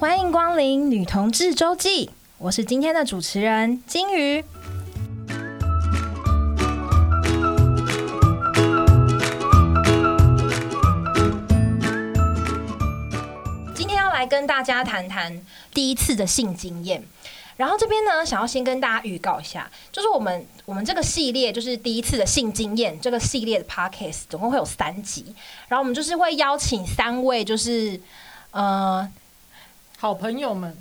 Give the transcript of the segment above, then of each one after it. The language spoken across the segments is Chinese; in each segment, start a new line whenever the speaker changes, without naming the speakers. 听《女同志周记》，我是今天的主持人金鱼。今天要来跟大家谈谈第一次的性经验。然后这边呢，想要先跟大家预告一下，就是我们我们这个系列就是第一次的性经验这个系列的 podcast，总共会有三集。然后我们就是会邀请三位，就是呃
好朋友们，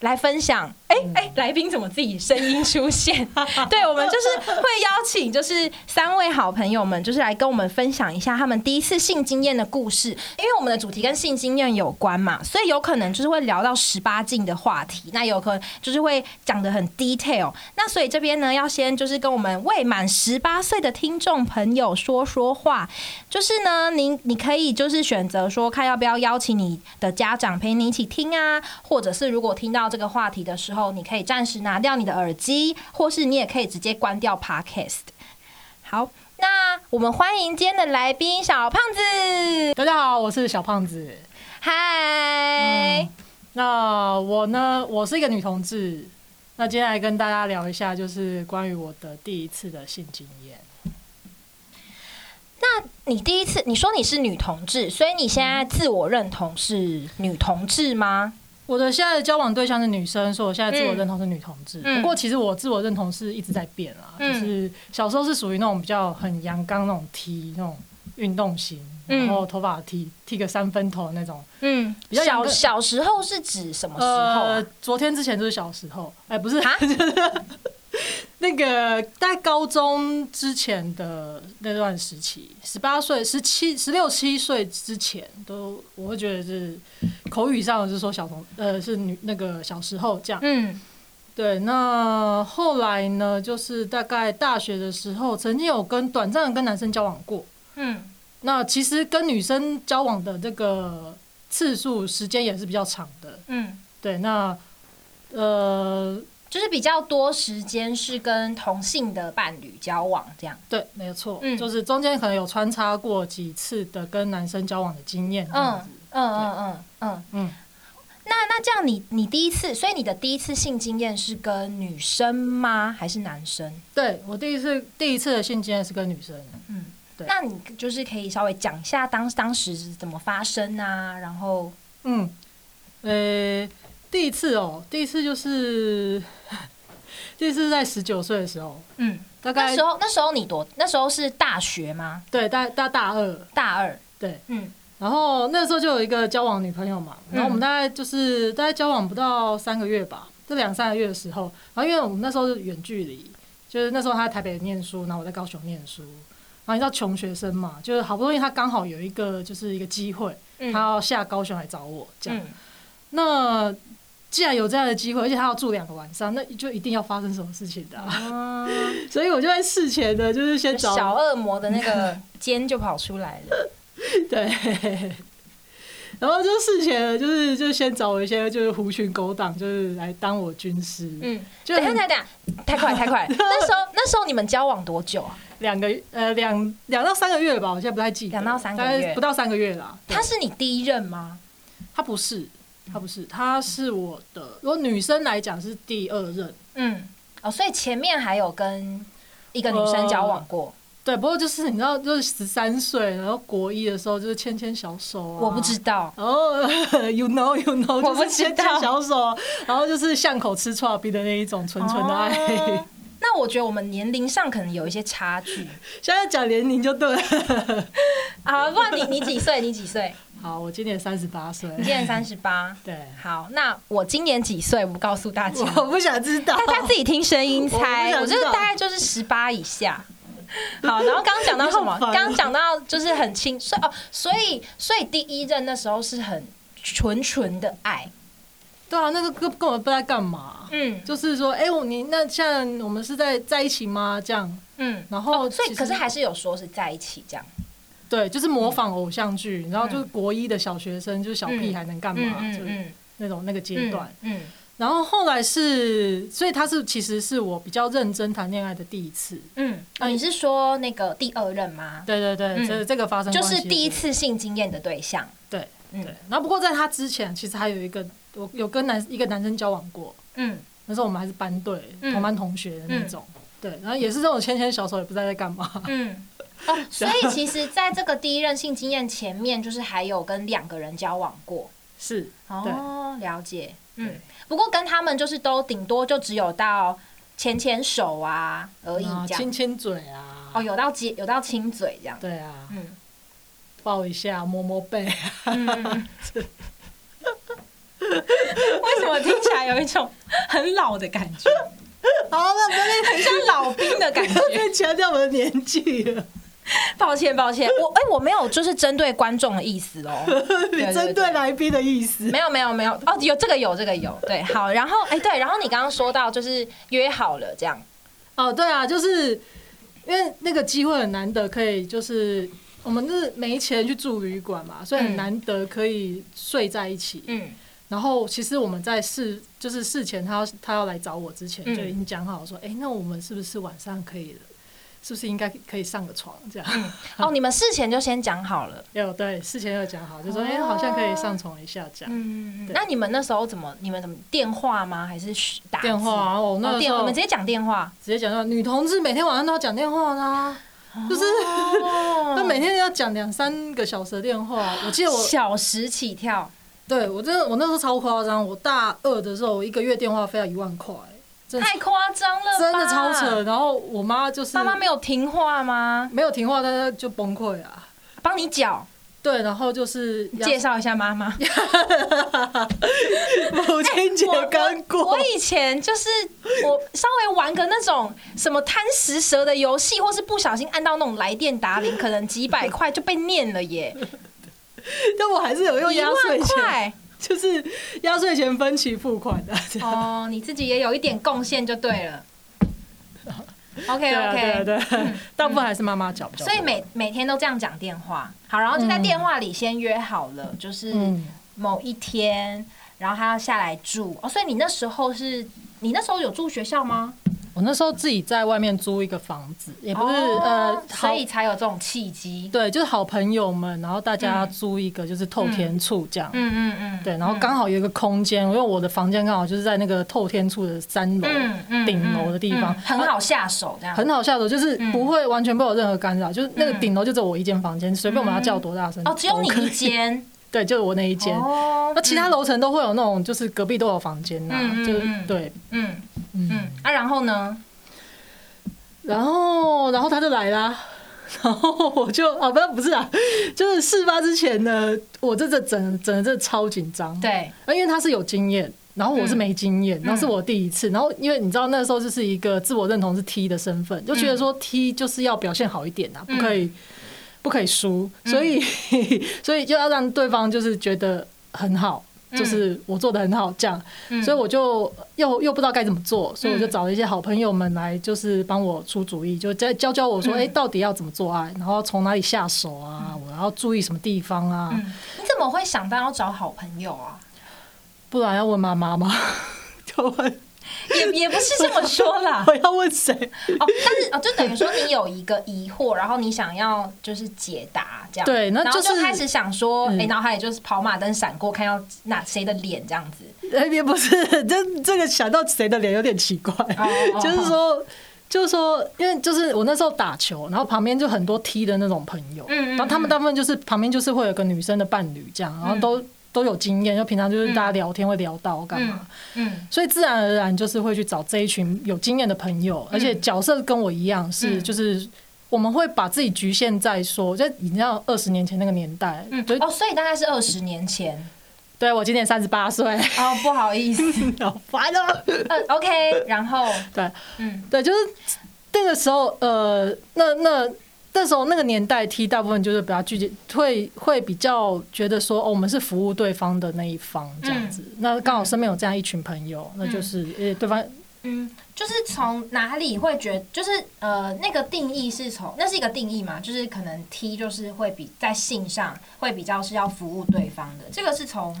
来分享。哎、哎、来宾怎么自己声音出现？对，我们就是会邀请，就是三位好朋友们，就是来跟我们分享一下他们第一次性经验的故事。因为我们的主题跟性经验有关嘛，所以有可能就是会聊到十八禁的话题，那有可能就是会讲的很 detail。那所以这边呢，要先就是跟我们未满十八岁的听众朋友说说话，就是呢，您你可以就是选择说看要不要邀请你的家长陪你一起听啊，或者是如果听到这个话题的时候，你可以暂时拿掉你的耳机，或是你也可以直接关掉 podcast。好，那我们欢迎今天的来宾小胖子，
大家好，我是小胖子。
嗨、
嗯那我呢，我是一个女同志。那今天来跟大家聊一下，就是关于我的第一次的性经验。
你第一次你说你是女同志，所以你现在自我认同是女同志吗？
我的现在的交往对象是女生，所以我现在自我认同是女同志。
嗯
不过其实我自我认同是一直在变啦，
嗯
就是小时候是属于那种比较很阳刚那种 T 那种运动型，
嗯
然后头发剃剃个三分头那种。
嗯，
比较
小
严格
小时候是指什么时候啊、
呃，昨天之前就是小时候，哎、不是
啊，
那个在高中之前的那段时期，十八岁、十七、十六七岁之前，都我会觉得是口语上是说小童，呃，是女那个小时候这样。
嗯
对，那后来呢，就是大概大学的时候，曾经有跟短暂的跟男生交往过。
嗯
那其实跟女生交往的这个次数、时间也是比较长的。
嗯，
对，那呃，
就是比较多时间是跟同性的伴侣交往这样。
对，没有错，
嗯
就是中间可能有穿插过几次的跟男生交往的经验，嗯
嗯，嗯嗯嗯嗯
嗯，
那那这样你你第一次，所以你的第一次性经验是跟女生吗？还是男生？
对我第一次第一次的性经验是跟女生，
嗯，
对
那你就是可以稍微讲一下当当时是怎么发生啊，然后
嗯，呃、第一次哦，第一次就是 第一次在十九岁的时候，
嗯，
大
那
概
时候那时候你多那时候是大学吗？
对大大大二，
大二，
对，
嗯
然后那时候就有一个交往女朋友嘛，然后我们大概就是、大概交往不到三个月吧，这两三个月的时候，然后因为我们那时候是远距离，就是那时候她在台北念书，然后我在高雄念书，然后你知道穷学生嘛，就是好不容易她刚好有一个就是一个机会，
嗯，
她要下高雄来找我这样，
嗯
那既然有这样的机会，而且她要住两个晚上，那就一定要发生什么事情的啊、
啊，
所以我就在事前的就是先
就
找
小恶魔的那个尖就跑出来了。
对，然后就事前就是就先找我一些就是狐群狗党，就是来当我军师，
嗯，
就
等一下
很
等一下等一下，太 快太快！那时候那时候你们交往多久啊？
两个呃两两到三个月吧，我现在不太记得，
两到三个
大概
月
不到三个月啦。对
他是你第一任吗？
他不是他不是他是我的，如果女生来讲是第二任，
嗯，哦，所以前面还有跟一个女生交往过，
对，不过就是你知道，就是十三岁，然后国一的时候就是牵牵小手啊，
我不知道。
哦、y o u know you know，
我不
就是牵
知道
牵小手，啊然后就是巷口吃串冰的那一种纯纯的爱。
哦那我觉得我们年龄上可能有一些差 距
现在讲年龄就对了。
啊。不然你你几岁？你几 岁？
好，我今年三十八岁。
你今年三十八。
对，
好，那我今年几岁？我不告诉大家，
我不想知道。
大家自己听声音猜。
我
我
不想知
就
道
是大概就是十八以下。 好，然后刚刚讲到什么
你好？烦哦
刚刚讲到就是很清，所以哦，所以所以第一任那时候是很纯纯的爱，
对啊，那个根根本不知道在干嘛。
嗯
就是说，哎、我你那现在我们是在在一起吗？这样，
嗯。
然后、
所以可是嗯还是有说是在一起这样，
对，就是模仿偶像剧，然后就是国一的小学生，就是小屁孩能干
嗯
嘛？
嗯
就是
嗯，
那种那个阶段。
嗯，
然后后来是，所以他是其实是我比较认真谈恋爱的第一次。
嗯嗯，你是说那个第二任吗？
对对对，
嗯
这、这个发生
就
关系
是第一次性经验的对象。
对，
嗯
对，然后不过在他之前，其实还有一个我有跟男一个男生交往过，
嗯，
那时候我们还是班队、
嗯
同班同学的那种。对，然后也是这种牵牵小手，也不知道在干嘛。
嗯，哦，所以其实在这个第一任性经验前面，就是还有跟两个人交往过。
是，
哦，了解。嗯
对，
不过跟他们就是都顶多就只有到牵牵手啊而已
然后
这样
亲。亲嘴啊，
哦，有到接有到亲嘴这样。
对啊，
嗯
抱一下，摸摸背。
嗯，嗯嗯为什么听起来有一种很老的感觉，
好了，不要 再
很像老兵的感觉？
不要再强调我的年纪了，
抱歉，抱歉，我哎、我没有就是针对观众的意 思哦，
你
对
针对来宾的意思。
没有没有没有哦，有这个有这个有，对，好，然后哎、对，然后你刚刚说到就是约好了这样，
哦，对啊，就是因为那个机会很难得，可以就是我们是没钱去住旅馆嘛，所以很
嗯
难得可以睡在一起。
嗯
然后其实我们在事就是事前他要他要来找我之前
嗯
就已经讲好说，哎、那我们是不是晚上可以了？是不是应该可以上个床这样？
哦，你们事前就先讲好了，
有对，事前有讲好，就说
哦
哎、好像可以上床一下这样。
嗯，
对
那你们那时候怎么，你们怎么电话吗？还是打字
电话啊，我那
哦，
个时
电，
候
我们直接讲电话，
直接讲到女同志每天晚上都要讲电话啦，就是她
哦，
每天要讲两三个小时的电话。我记 得我
小时起跳，
对我真的我那时候超夸张，我大二的时候，我一个月电话费要一万块，真的
太夸张了吧，
真的超扯。然后我妈就是
妈妈没有听话吗？
没有听话，但是就崩溃啊。
帮你缴，
对，然后就是要
介绍一下妈妈。
母亲节刚过
哎我，以前就是我稍微玩个那种什么贪食蛇的游戏，或是不小心按到那种来电打铃，可能几百块就被念了 耶，
但我还是有用
一
压岁
万
钱，
块
就是压岁钱分期付款的。这样
哦，你自己也有一点贡献就对了。OK
对啊，对啊，
OK，
对啊，大部分还是妈妈缴比较
嗯
多。
所以每每天都这样讲电话，好，然后就在电话里先约好了，就是
嗯
某一天，然后他要下来住哦，所以你那时候是你那时候有住学校吗？
我那时候自己在外面租一个房子，也不是、
哦
呃，好
所以才有这种契机。
对，就是好朋友们，然后大家租一个就是透天处这样。
嗯嗯嗯，
对，然后刚好有一个空间，因为我的房间刚好就是在那个透天处的三楼
嗯嗯
顶楼的地方
嗯，很好下手，这样
很好下手，就是不会完全不会有任何干扰，就是那个
嗯
顶楼就只有我一间房间，随便我们要叫多大声
哦，只有你
都可以
一， 间
对，就是我那一间。
哦
那其他楼层都会有那种，就是隔壁都有房间呐、啊
嗯嗯
就是
嗯
对，
嗯嗯
嗯。
嗯啊，然后呢？
然后，然后他就来啦， 然后我就啊，不不是啊，就是事发之前呢，我这这整整的这超紧张，
对，
啊，因为他是有经验，然后我
嗯
是没经验，然后是我第一次，然后因为你知道那时候就是一个自我认同是 T 的身份，就觉得
嗯
说 T 就是要表现好一点啊，不可以不可以输，
嗯
所以 所以就要让对方就是觉得很好。就是我做的很好，这样，
嗯
所以我就又又不知道该怎么做，所以我就找了一些好朋友们来，就是帮我出主意，就教教教我
嗯
说，哎、到底要怎么做爱，然后从哪里下手啊，我要注意什么地方啊，
嗯，你怎么会想到要找好朋友 啊？
不然要问妈妈吗？ 要问，
也也不是这么说啦
我要问谁？
哦，但是哦，就等于说你有一个疑惑，然后你想要就是解答这样，
对那
然后
就是
就开始想说，
嗯
哎，脑海里就是跑马灯闪过，看要哪谁的脸这样子，
哎，也不是，这这个想到谁的脸有点奇怪，
哦
就是说。就是说，因为就是我那时候打球，然后旁边就很多踢的那种朋友，
嗯嗯嗯
然后他们大部分就是旁边就是会有个女生的伴侣这样，然后都、都有经验，就平常就是大家聊天会聊到干嘛，
嗯
所以自然而然就是会去找这一群有经验的朋友，而且角色跟我一样是，
嗯
就是我们会把自己局限在说，就你知道二十年前那个年代，
嗯
就，
哦，所以大概是二十年前，
对我今年三十八岁，
哦，不好意 思，
好 烦哦。
嗯，OK，然后
对
嗯。
对，就是那个时候，呃，那那那时候那个年代踢大部分就是比较聚集，会会比较觉得说，哦，我们是服务对方的那一方这样子。那刚好身边有这样一群朋友，那就是呃，对方
嗯，就是从哪里会觉就是呃，那个定义是从那是一个定义嘛，就是可能 T 就是会比在性上会比较是要服务对方的，这个是从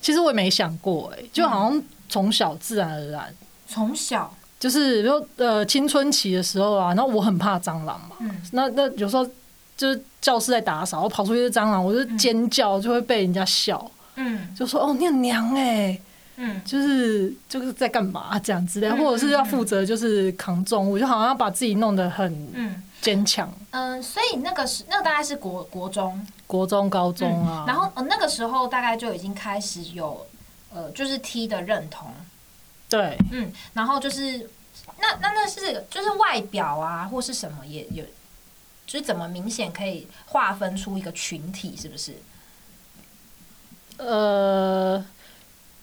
其实我也没想过、哎，就好像从小自然而然。
从小
就是比如说呃青春期的时候啊，然后我很怕蟑螂嘛，
嗯
那那有时候就是教室在打扫，我跑出去是蟑螂，我就尖叫，就会被人家笑，
嗯
就说哦，你很娘哎、
嗯，
就是就是在干嘛这样之类，
嗯
或者是要负责就是扛重物，就好像要把自己弄得很
嗯
坚强。
嗯，所以那个是那大概是国国中，
国中、高中啊，
然后、呃、那个时候大概就已经开始有呃，就是 T 的认同，
对，
嗯，然后就是那那那是就是外表啊，或是什么也有，就是怎么明显可以划分出一个群体，是不是？
呃，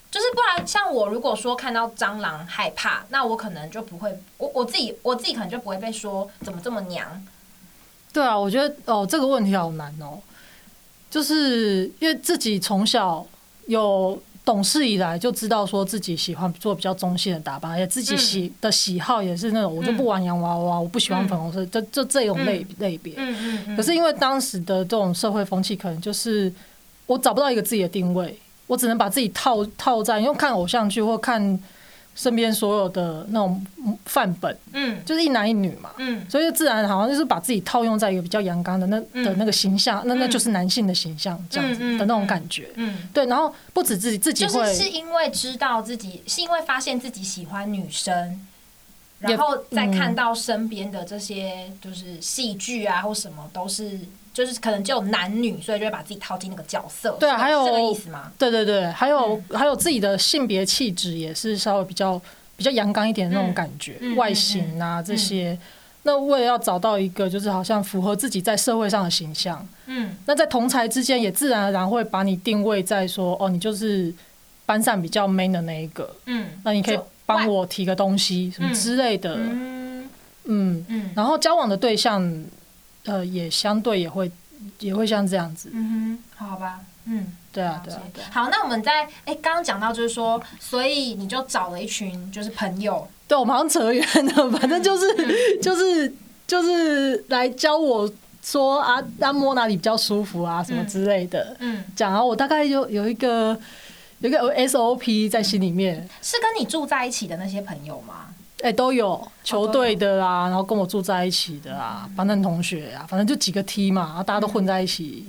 就是不然，像我如果说看到蟑螂害怕，那我可能就不会，我我自己我自己可能就不会被说怎么这么娘，
对啊，我觉得哦，这个问题好难哦，就是因为自己从小有懂事以来就知道说自己喜欢做比较中性的打扮，而且自己喜、的喜好也是那种，我就不玩洋娃娃，我不喜欢粉红色，就就这种类、类别。
嗯嗯
可是因为当时的这种社会风气，可能就是我找不到一个自己的定位，我只能把自己套套在，因为看偶像剧或看身边所有的那种范本，
嗯
就是一男一女嘛，
嗯
所以就自然好像就是把自己套用在一个比较阳刚的那
嗯
的那个形象，那那就是男性的形象这样子
嗯嗯
的那种感觉。
嗯
对，然后不止自己自己
就是是
会，
因为知道自己是因为发现自己喜欢女生，
也
然
嗯
后再看到身边的这些就是戏剧啊或什么都是。就是可能只有男女，所以就会把自己套进那个角色。
对啊
是这
还有
这个意思吗？
对对对，还有
嗯
还有自己的性别气质也是稍微比较比较阳刚一点的那种感觉
嗯嗯，
外形啊这些。那为了要找到一个就是好像符合自己在社会上的形象，
嗯
那在同才之间也自然而然会把你定位在说，哦，你就是班上比较 man 的那一个，
嗯
那你可以
就
帮
外
我提个东西什么之类的，
嗯
嗯，
嗯
然后交往的对象，呃，也相对也会也会像这样子，
嗯
好吧，嗯，
对啊
了，
对
解
啊，
好，那我们在哎，刚刚讲到就是说，所以你就找了一群就是朋友，
对，我们好像扯远了，反正就是、就是就是来教我说啊，按摩哪里比较舒服啊，什么之类的，
嗯
讲啊，我大概有有一个有一个 SOP 在心里面，
是跟你住在一起的那些朋友吗？
哎、都有球队的啦，然后跟我住在一起的啊，班上同学啊，反正就几个 T 嘛，然后大家都混在一起，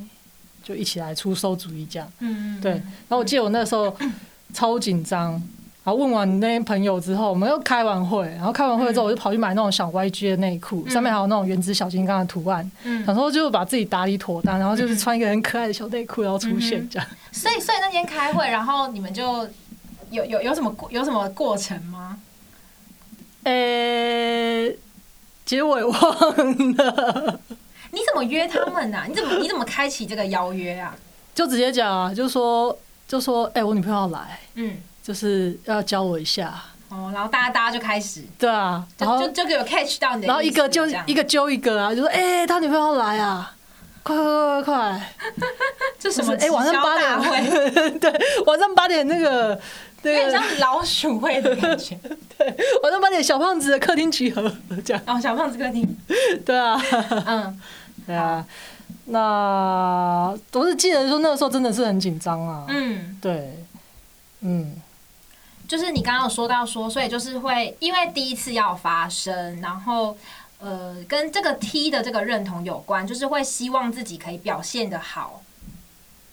就一起来出馊主意这样。
嗯
对，然后我记得我那 时候超紧张，然后问完那些朋友之后，我们又开完会，然后开完
嗯
会之后，我就跑去买那种小 YG 的内裤，上面还有那种原子小金刚的图案，
嗯
想说就把自己打理妥当，然后
嗯
就是穿一个很可爱的小内裤，然后出现这样。
所以，所以那天开会，然后你们就有有有什么过有什么过程吗？
呃、结尾忘了。
你怎么约他们啊？你怎么你怎么开启这个邀约啊？
就直接讲啊，就说就说，哎、我女朋友要来，
嗯，
就是要教我一下，
哦，然后大家大家就开始，
对啊，
就
然后
就就给我 catch 到你的意思，
然后一个就
这样
一个揪一个啊，就说，哎、他女朋友要来啊，快快快快
这什么
就是哎晚上
直销
八点
大会，
快，对，晚上八点那个
有
那
点
个
像老鼠会的感觉。
晚上八点小胖子的客厅集合， 这样，
哦，小胖子客厅，
对啊，
嗯
对啊，那我是记得说那个时候真的是很紧张啊，
嗯，
对，嗯。
就是你刚刚有说到说，所以就是会因为第一次要发生，然后呃，跟这个 T 的这个认同有关，就是会希望自己可以表现的好，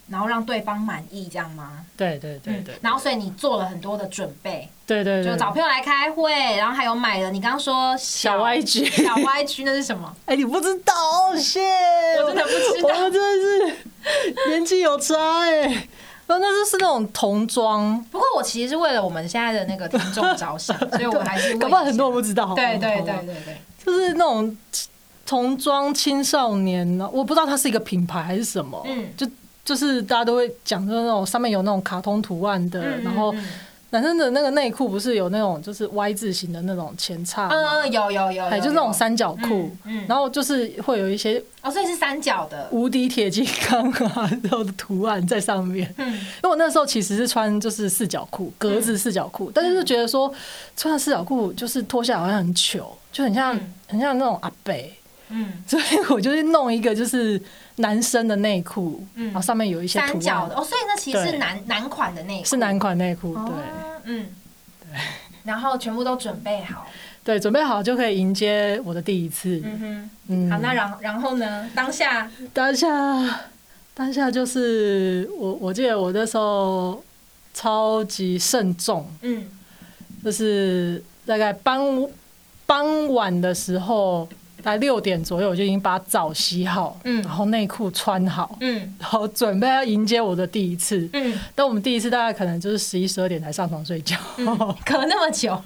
然后让对方满意，这样吗？
对对对对
嗯，然后所以你做了很多的准备，
对对，
就找朋友来开会，然后还有买了你刚刚说
小 YG，
小 Y 区那是什么？
哎，你不知道，谢，
我真的不知
我
道。
们真的是年纪有差哎、那那就是那种童装，
不过我其实是为了我们现在的那个听众着想，所以我还是问一下
搞不好很多人不知道。
对对
好吧
对，对对，
就是那种童装青少年呢，我不知道它是一个品牌还是什么，
嗯
就就是大家都会讲，就是那种上面有那种卡通图案的，
嗯
然后
嗯
男生的那个内裤不是有那种就是 Y 字形的那种前叉
嗯
吗，
嗯有有有，
哎，
有
就那种三角裤。
嗯，嗯
然后就是会有一些
哦，所以是三角的，
无敌铁金刚啊， 然后的图案在上面。
嗯
因为我那时候其实是穿就是四角裤，格子四角
嗯
裤，但是就觉得说穿了四角裤就是脱下来好像很糗，就很像、
嗯
很像那种阿北，
嗯，
所以我就是弄一个就是男生的内裤，
嗯
然后上面有一些
三
图
角
案
的，哦，哦所以那其实是
对
男男款的那
是男款内裤，对
哦，嗯，然后全部都准备好，
对，准备好就可以迎接我的第一次。
嗯
嗯
哼，好，那然然后呢？当下
当下，当下就是我，我记得我那时候超级慎重，
嗯
就是大概傍傍晚的时候，大概六点左右，我就已经把澡洗好，
嗯
然后内裤穿好，
嗯
然后准备要迎接我的第一次。
嗯，
但我们第一次大概可能就是十一十二点才上床睡觉，
隔那么久，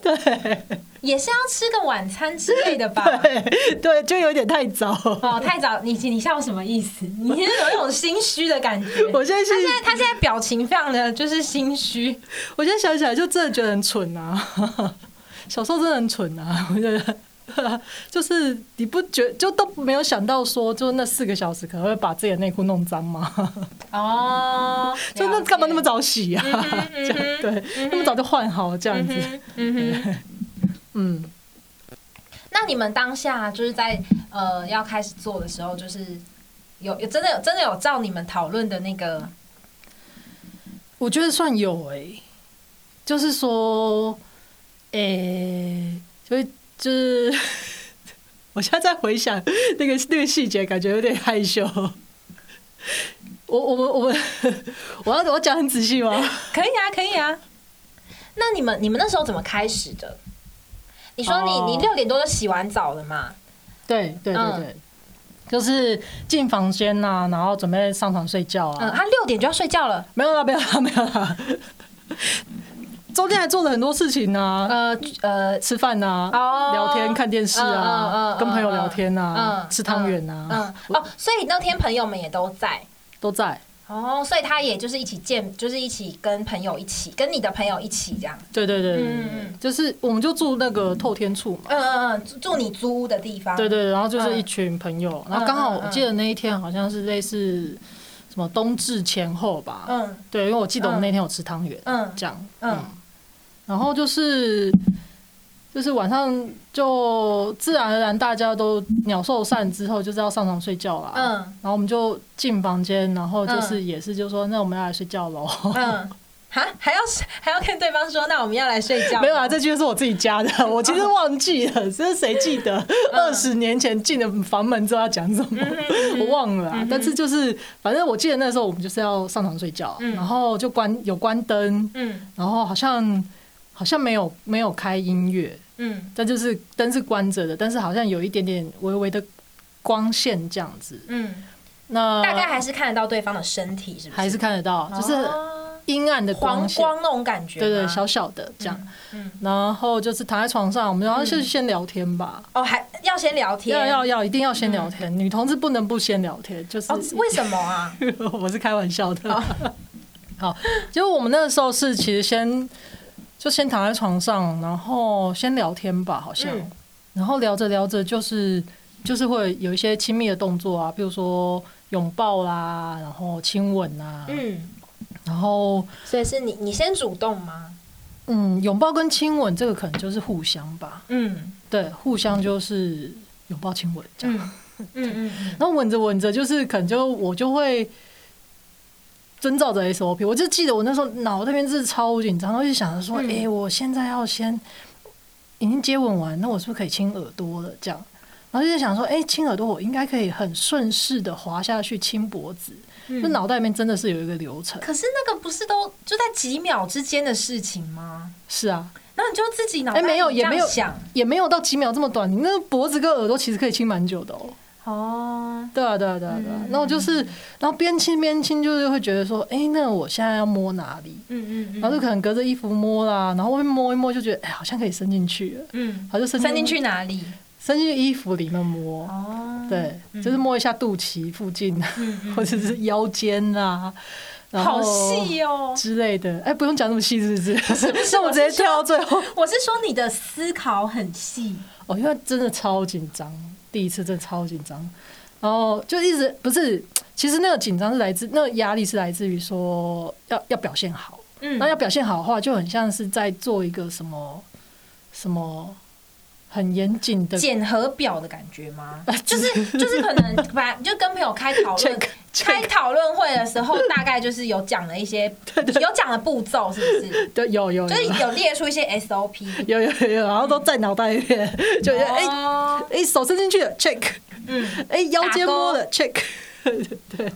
对，也是要吃个晚餐之类的吧？
对，就有点太早。
哦，太早，你你笑什么意思？你是有一种心虚的感觉。
我现在
他现在
是，
他现在表情非常的就是心虚，
我现在想起来就真的觉得很蠢啊， 小时候真的很蠢啊， 我觉得。 就是你不觉就都没有想到说，就那四个小时可能会把自己的内裤弄脏吗？
哦，
就那干嘛那么
早？
早洗呀、
嗯哼
这样
嗯哼
对，那么早就换好这样
嗯
子，
哼，嗯 哼。
嗯，
那你们当下就是在呃要开始做的时候，就是有有真的有真的有照你们讨论的那个，
我觉得算有诶、就是说，诶、所以就是。 我现在在回想那个那个细节，感觉有点害羞。我我们我们我要我要讲很仔细吗？
可以啊，可以啊。那你们你们那时候怎么开始的？你说你、
哦
你六点多就洗完澡了嘛？
对对对对，就是进房间呐、然后准备上床睡觉啊。
嗯，他六点就要睡觉了。
没有啦，没有啦，没有啦。中间还做了很多事情呢、
呃呃，
吃饭啊呐、
哦
哦聊天、看电视
嗯嗯
啊，
嗯
跟朋友聊天啊，
嗯
吃汤圆啊
嗯，哦，所以那天朋友们也都在。
都在。
哦，所以他也就是一起见，就是一起跟朋友一起，跟你的朋友一起这样。
对对对对对
嗯
对
嗯
就是我们就住那个透天处嘛。
嗯嗯嗯，住住你租屋的地方。
对对，对然后就是一群朋友，
嗯
然后刚好我记得那一天好像是类似什么冬至前后吧，
嗯
对，因为我记得我们那天有吃汤圆，
嗯
这样，
嗯
嗯，然后就是就是晚上就自然而然大家都鸟兽散之后，就是要上床睡觉啦，
嗯
然后我们就进房间，然后就是也是就说那我们要来睡觉喽，
嗯， 哈，还要还要跟对方说，那我们要来睡觉。
没有啊，这句是我自己 加的，我其实忘记了，这是谁记得？
嗯
二十年前进了房门之后要讲什么，
嗯
我忘了啊。但是就是，反正我记得那时候我们就是要上床睡觉，
嗯
然后就关有关灯，
嗯
然后好像好像没有没有开音乐，
嗯
但就是灯是关着的，但是好像有一点点微微的光线这样子。
嗯，
那
大概还是看得到对方的身体，是不是？
哦还是看得到，就是
哦
阴暗的
黄
光线，
光那种感觉吗。
对对，小小的这样。
嗯
然后就是躺在床上，我们然后就先聊天吧。
哦，还要先聊天。嗯
要要要，一定要先聊天。女同志不能不先聊天，就是、
哦，为哦什么啊？
我是开玩笑的。 好，结果我们那个时候是其实先就先躺在床上，然后先聊天吧，好像，
嗯
然后聊着聊着就是就是会有一些亲密的动作啊，比如说拥抱啦，然后亲吻啊，
嗯，
然后
所以是你你先主动吗？
嗯，拥抱跟亲吻这个可能就是互相吧，
嗯
对，互相就是拥抱亲吻这样。
嗯嗯嗯
然后吻着吻着，就是可能就我就会遵照着 SOP。我就记得我那时候脑袋边是超紧张，我就想着说，哎、
嗯
我现在要先已经接吻完，那我是不是可以亲耳朵了？这样，然后就在想说，哎、亲耳朵我应该可以很顺势的滑下去亲脖子。
嗯，
就脑袋里面真的是有一个流程，
可是那个不是都就在几秒之间的事情吗？
是啊，
然后你就自己脑
哎
袋
没有
里这样
也没有
想
也没有到几秒这么短，你那个脖子跟耳朵其实可以亲蛮久的哦。
哦，
对啊，对啊，对啊，对啊。那我就是，然后边亲边亲，就是会觉得说，哎、那我现在要摸哪里？
嗯嗯
然后就可能隔着衣服摸啦，然后外面摸一摸就觉得，哎、好像可以伸进去了，
嗯，
好就伸
伸进去，哪里？
伸进去衣服里面摸，
哦，嗯
对，就是摸一下肚脐附近，啊或者是腰间啦，然后
好细哦。
之类的，哎、不用讲那么细，是不是？ 那我直接
我是说
跳到最后，
我是说你的思考很细，
哦，因为真的超紧张，第一次真的超紧张，然后就一直不是，其实那个紧张是来自那个压力是来自于说要要表现好，
嗯
那要表现好的话，就很像是在做一个什么什么。很严谨的
检核表的感觉吗？
啊
就是就是可能 把就跟朋友开讨论开讨论会的时候，大概就是有讲了一 些有讲了步骤，是不是？
对，有有有
就是有列出一些 SOP。
有有有有，然后都在脑袋里面，就觉得哎
哦，
哎手伸进去了 check，
嗯，
哎腰间摸了 check，对，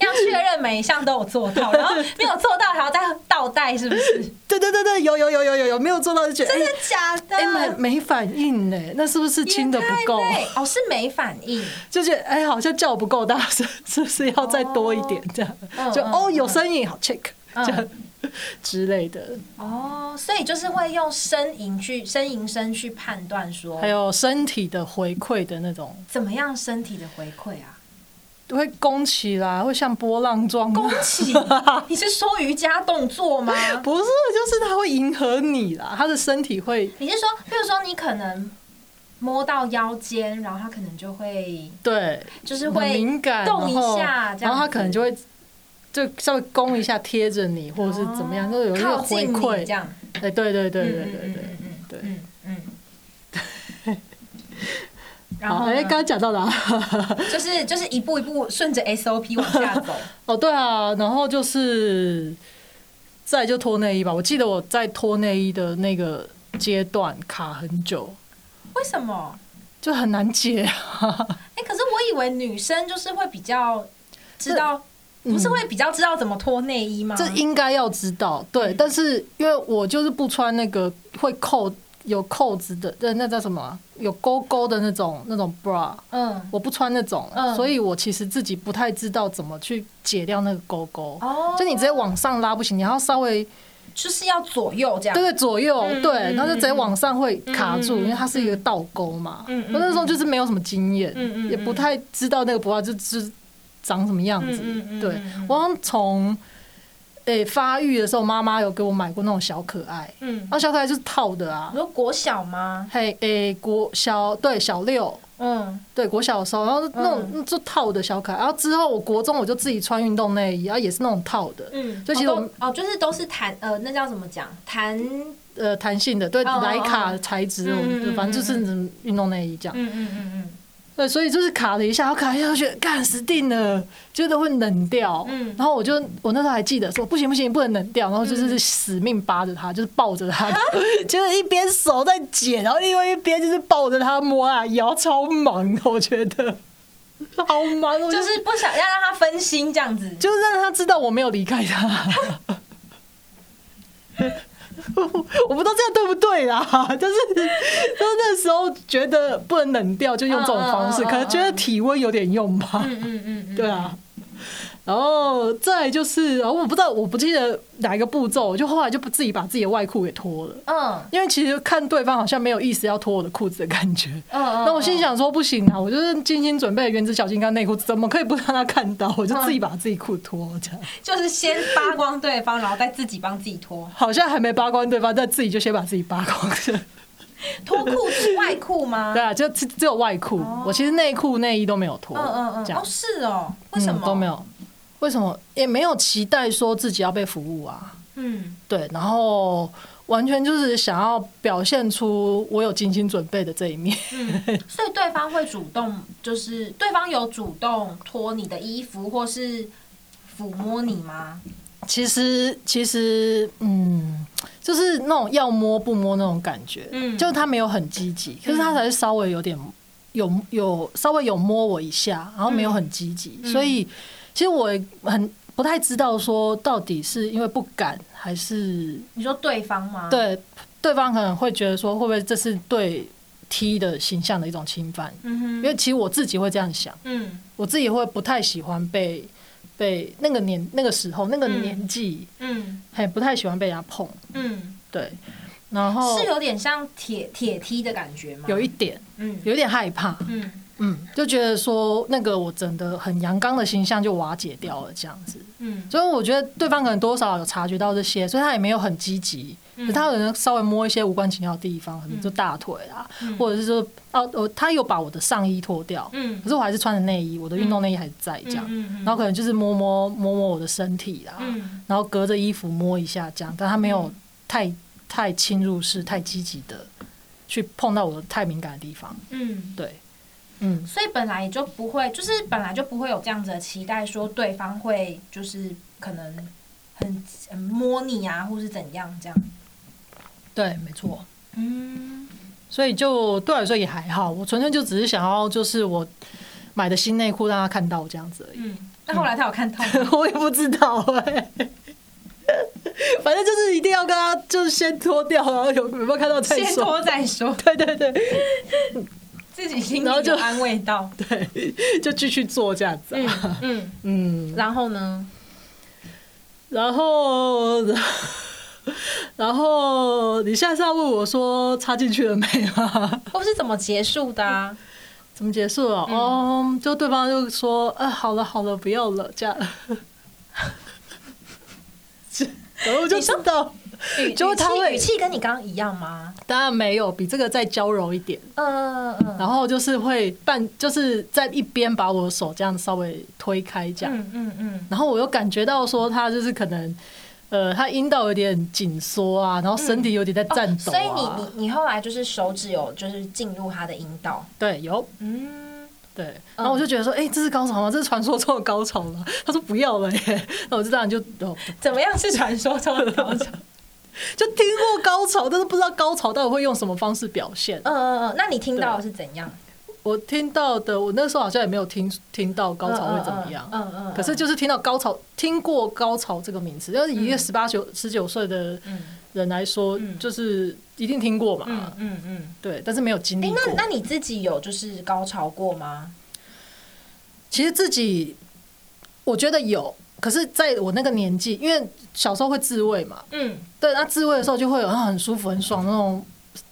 要确认每一项都有做到， 然后没有做到还要再倒带，是不是？
对对对对，有有有有有有没有做到就觉得
真的
哎
假的？
哎没没反应呢，那是不是亲的不够？
也太累哦，是没反应。
就觉得哎好像叫不够大声， 是不是要再多一点这样
嗯？
就
嗯
哦
嗯
有声音好 check
嗯
这样 之类的，
哦，所以就是会用呻吟去呻吟声去判断说，
还有身体的回馈的那种。
怎么样身体的回馈 啊？
会弓起来，会像波浪状。啊
恭喜，你是说瑜伽动作 吗？
不是，就是它会迎合你啦，它的身体会
你是说，比如说你可能摸到腰间，然后他可能就会
对，
就是
很
会
敏感，
动一
然后
下这样子
然后它可能就会就稍微弓一下，贴着你，或者是怎么样，就有一个
哦靠
回
近你
馈
这。样。
哎，对对对对对对
嗯嗯嗯
对。
嗯嗯。 然
好，
后
哎，
呢
刚刚讲到哪？
就是就是一步一步顺着 SOP 往下 走，
哦，对啊，然后就是再就脱内衣吧。我记得我在脱内衣的那个阶段卡很久，
为什么？
就很难解啊。
哎、可是我以为女生就是会比较知道，
嗯
不是会比较知道怎么脱内衣吗？
这应该要知道，
嗯
对。但是因为我就是不穿那个会扣有扣子的，那那叫什么啊、有勾勾的那种那种 bra，
嗯，
我不穿那种，
嗯
所以我其实自己不太知道怎么去解掉那个勾勾。
哦，
就你直接往上拉不行，你要稍微
就是要左右这样，
对对左右
嗯
对，
嗯
然后就直接往上会卡住，
嗯嗯嗯
因为它是一个倒钩嘛。
嗯嗯
我那时候就是没有什么经验
嗯嗯，嗯
也不太知道那个 bra 就就是长什么样子
嗯嗯嗯。嗯
对
嗯
我好像从诶发育的时候，妈妈有给我买过那种小可爱，
嗯
然，后小可爱就是套的啊
你。说国小吗？
嘿诶，国小对小六。
嗯，
对，国小的时候，然后那种嗯就套的小可爱，然后之后我国中我就自己穿运动内衣，然后也是那种套的，
嗯，
就其实我们
哦都哦，就是都是弹呃，那叫怎么讲？弹，嗯
呃，弹性的，对，
哦哦
莱卡材质，我
嗯嗯
就
嗯
反正就是运动内衣这样。
嗯嗯
对，所以就是卡了一下，然后卡一下，就觉得干死定了，觉得会冷掉。
嗯
然后我就我那时候还记得说，不行不行，不能冷掉，然后就是死命扒着它，就是抱着它， 就是一边手在解，然后另外一边就是抱着它摸啊，摇超忙的，我觉得 好忙，我
嗯，
就
就是是不想要让他分心这样子，
就是让他知道我没有离开他。 我我不知道这样对不对啦，就是就是那时候觉得不能冷掉，就用这种方式，
嗯嗯嗯嗯
可能觉得体温有点用吧，
嗯嗯嗯嗯，
对啊。然后再来就是，哦然后我不知道，我不记得哪一个步骤，我就后来就不自己把自己的外裤给脱了，
嗯
因为其实看对方好像没有意思要脱我的裤子的感觉。
嗯嗯，
那我心
嗯，
想说不行啊，我就是精心准备的原子小金刚内裤，怎么可以不让他看 到？我就自己把自己裤脱这样，
就是先扒光对方，然后再自己帮自己脱，
好像还没扒光对方，但自己就先把自己扒光。
脱裤子外裤吗
对？啊，就只只有外裤，我其实内裤内衣都没有脱，
哦嗯嗯嗯，
这样
哦是哦，为什么
嗯都没？有？为什么也没有期待说自己要被服务啊？
嗯，
对，然后完全就是想要表现出我有精心准备的这一面。
嗯所以对方会主动，就是对方有主动脱你的衣服或是抚摸你吗？
其实其实嗯，就是那种要摸不摸那种感觉，
嗯
就是他没有很积极，可是他才是稍微有点有有稍微有摸我一下，然后没有很积极，
嗯
所以其实我很不太知道说到底是因为不敢还是
你说对方吗？，
对对方可能会觉得说会不会这是对 T 的形象的一种侵犯，
嗯
因
哼，
为其实我自己会这样想。
嗯
我自己会不太喜欢被被那个年那个时候那个年纪，
嗯
还不太喜欢被人家碰，
嗯，
对，然后
是啊有点像铁铁梯的感觉吗？
哦有一，点
嗯
有一点害怕，
嗯
嗯，就觉得说那个我整的很阳刚的形象就瓦解掉了这样子，
嗯
所以我觉得对方可能多少有察觉到这些，所以他也没有很积极，
嗯
可是他可能稍微摸一些无关紧要的地方，可能就大腿啊，或者是说哦哦，他有把我的上衣脱掉，
嗯
可是我还是穿着内衣，我的运动内衣还是在这样，
嗯嗯嗯
然后可能就是摸摸摸摸我的身体啊啦，
嗯
然后隔着衣服摸一下这样，但他没有太太侵入式、太积极的去碰到我太敏感的地方。
嗯，
对，嗯，
所以本来就不会，就是本来就不会有这样子的期待，说对方会就是可能很很摸你啊，或是怎样这样。
对，没错。
嗯，
所以就对我来说也还好，我纯粹就只是想要就是我买的新内裤让他看到这样子而已。
嗯，那后来他有看到吗，
我也不知道哎、反正就是一定要跟他就是先脱掉，然后有有没有看到再
先
说。
拖再说，
对对对
自己心里
然后就
有安慰 到。
对，就继续做这样子、啊。
嗯嗯，
嗯，
然后呢？
然后，然后你现在是要问我说插进去了没吗？
或是怎么结束的、啊？
怎么结束了？
嗯
哦、就对方就说，呃，好了好了，不要了， 这样。然后我就知道，
语
就是他
语气
会
语气跟你刚刚一样吗？
当然没有比这个再娇柔一点。
嗯嗯
然后就是会半，就是在一边把我的手这样稍微推开这样。
嗯嗯嗯，
然后我又感觉到说他就是可能，呃，他阴道有点紧缩啊，然后身体有点在
哦
颤抖、啊
所以你你你后来就是手指有就是进入他的阴道，
对有
嗯，
对，然后我就觉得说，哎、这是高潮吗？这是传说中的高潮吗？他说不要了耶，那我就当然就哦，
怎么样是传说中的高潮？
就听过高潮，但是不知道高潮到底会用什么方式表现。
嗯嗯嗯，那你听到的是怎样？
我听到的，我那时候好像也没有听听到高潮会怎么样。
嗯嗯，嗯
可是就是听到高潮，听过高潮这个名词，就是以一个十八九、十九岁的
嗯
人来说，
嗯
就是一定听过嘛，
嗯嗯嗯，
对，但是没有经
哎、
历过。
那那你自己有就是高潮过吗？
其实自己我觉得有，可是在我那个年纪，因为小时候会自慰嘛，
嗯
对，那自慰的时候就会有啊很舒服、很爽那种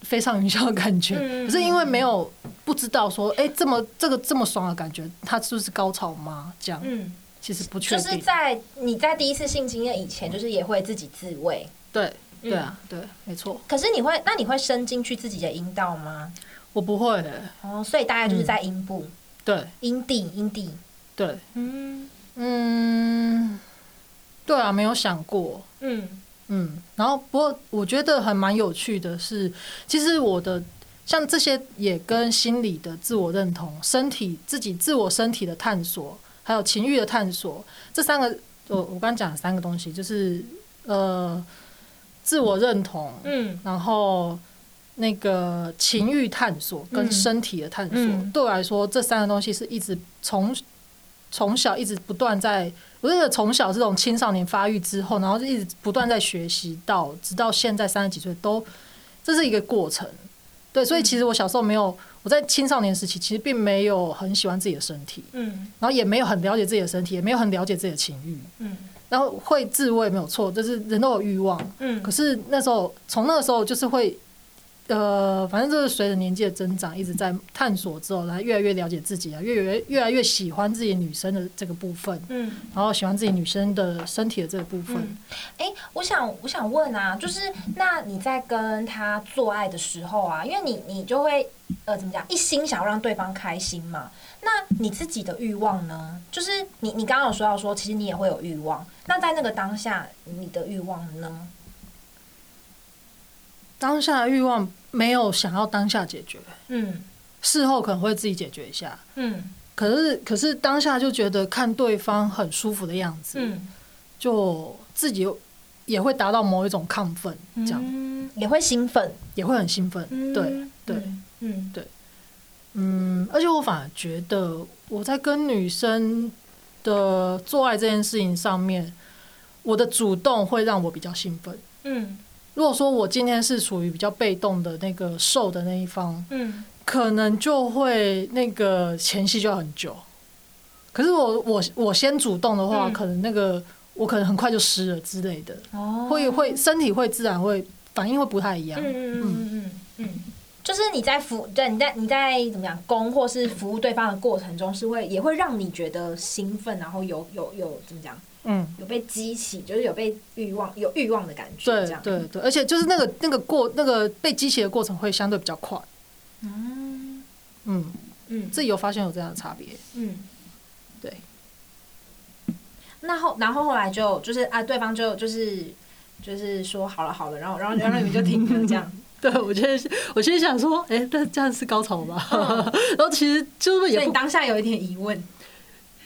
飞上云霄的感觉。
嗯
可是因为没有不知道说，哎、这么这个这么爽的感觉，它是不是高潮吗？这样
嗯，
其实不确
就
定。
是在你在第一次性经验以前，就是也会自己自慰，
对
嗯
对啊，对，没错，
可是你会那你会伸进去自己的阴道吗？
我不会、
哦，所以大概就是在阴部、
对
阴蒂、阴蒂。
对，
嗯
嗯，对啊，没有想过。
嗯
嗯，然后不过我觉得还蛮有趣的是，其实我的像这些也跟心理的自我认同、身体自己自我身体的探索，还有情欲的探索，这三个我我刚讲的三个东西，就是呃自我认同，
嗯
然后那个情欲探索跟身体的探索，
嗯嗯
对我来说，这三个东西是一直从从小一直不断在，我觉得从小这种青少年发育之后，然后就一直不断在学习到，直到现在三十几岁都，这是一个过程。对，所以其实我小时候没有，我在青少年时期其实并没有很喜欢自己的身体，
嗯
然后也没有很了解自己的身体，也没有很了解自己的情欲，
嗯
然后会自慰没有错，就是人都有欲望，
嗯
可是那时候，从那个时候就是会，呃，反正就是随着年纪的增长，一直在探索之后，然后越来越了解自己啊，越来越越来越喜欢自己女生的这个部分，
嗯。
然后喜欢自己女生的身体的这个部分。
嗯，哎、我想我想问啊，就是那你在跟他做爱的时候啊，因为你你就会呃怎么讲，一心想要让对方开心嘛。那你自己的欲望呢？就是你你刚刚有说到说，其实你也会有欲望。那在那个当下，你的欲望呢？
当下的欲望没有想要当下解决，
嗯
事后可能会自己解决一下。
嗯
可是，可是当下就觉得看对方很舒服的样子，
嗯，
就自己也会达到某一种亢奋，这样、
嗯也会兴奋。
也会很兴奋。
嗯
对对，
嗯
嗯，而且我反而觉得我在跟女生的做爱这件事情上面，我的主动会让我比较兴奋。
嗯
如果说我今天是属于比较被动的那个受的那一方，
嗯
可能就会那个前戏就要很久。可是我我我先主动的话，
嗯
可能那个我可能很快就湿了之类的，
哦
会会身体会自然会反应会不太一样。
嗯嗯嗯嗯嗯，就是你在服对你在你在怎么讲攻或是服务对方的过程中，是会也会让你觉得兴奋，然后有有有怎么讲，
嗯
有被激起，就是有被欲望有欲望的感觉，
对
这样
对对，而且就是那个那个过那个被激起的过程会相对比较快。
嗯
嗯，
嗯
自己有发现有这样的差别。
嗯，
对。
那后然后后来就就是啊，对方就就是就是说好了好了，然后然后然后你们就停了这样，
对，我觉得是，我其实想说，哎、但这样是高潮吧？ 然后其实就是
所
也
以
不
你当下有一点疑 问，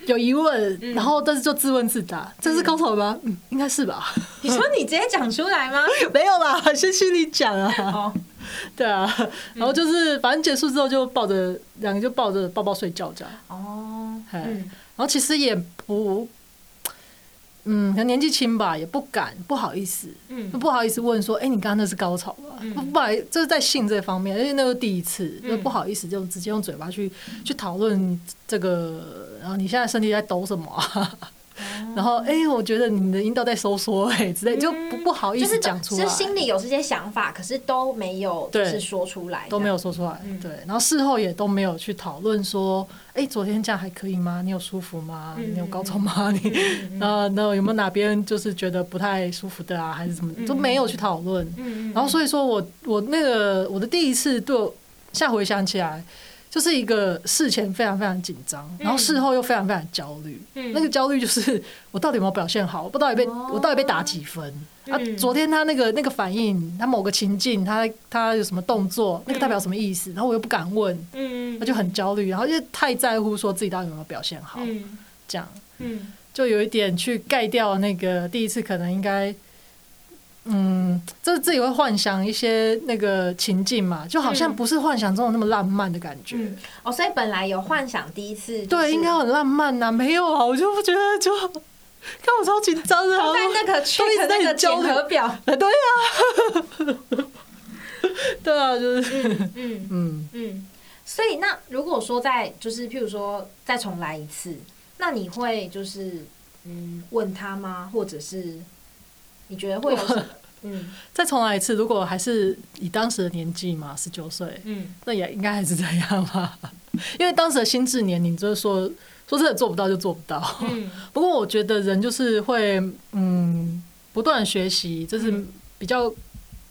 有疑问，然后但是就自问自答，这是高潮吗？嗯，应该是吧？
你说你直接讲出来吗？
没有啦，先心里讲啊。
哦，
对啊， 然后就是反正结束之后就抱着两个就抱着抱抱睡觉这样。
哦，
嘿
嗯
然后其实也不，嗯，可能年纪轻吧，也不敢，不好意思，
嗯
不好意思问说，哎、你刚刚那是高潮吗？
嗯
不不好意思，就是在性这方面，因为那是第一次，
嗯
就不好意思，就直接用嘴巴去去讨论这个，然后你现在身体在抖什么、啊？
哦
然后，哎、我觉得你的阴道在收缩，哎，之类，就不不好意
嗯就是
思讲出来，
就是心里有这些想法，可是都没有就
对
是说出来，
都没有说出来，
嗯
对，然后事后也都没有去讨论说，哎、昨天这样还可以吗？你有舒服吗？
嗯
你有高潮吗？你那那有没有哪边就是觉得不太舒服的啊，还是怎么
嗯
都没有去讨论。
嗯，嗯嗯，
然后所以说我我那个我的第一次对我，现在回想起来，就是一个事前非常非常紧张，然后事后又非常非常焦虑。
嗯
那个焦虑就是我到底有没有表现好，我到底被、
哦
我到底被打几分？啊
嗯，
昨天他那个那个反应，他某个情境，他他有什么动作，那个代表什么意思？然后我又不敢问，
嗯
我就很焦虑，然后就太在乎说自己到底有没有表现好，
嗯
这样。
嗯
就有一点去盖掉那个第一次可能应该，嗯，就是自己会幻想一些那个情境嘛，就好像
嗯
不是幻想中的那么浪漫的感觉。
嗯，哦，所以本来有幻想第一次，
对，应该很浪漫呐、没有啊，我就不觉得就，看我超紧张的、啊，
在那个去
一直在
那个
你焦
检
虑
核 表，
对啊， 对啊，就是
嗯
嗯，
嗯，所以那如果说在就是譬如说再重来一次，那你会就是嗯问他吗？或者是你觉得会有什 么？嗯
再重来一次，如果还是以当时的年纪嘛，十九岁，
嗯
那也应该还是这样吧，因为当时的心智年龄就是说，说真的做不到就做不到。
嗯
不过我觉得人就是会，嗯，不断地学习，这是
嗯
比较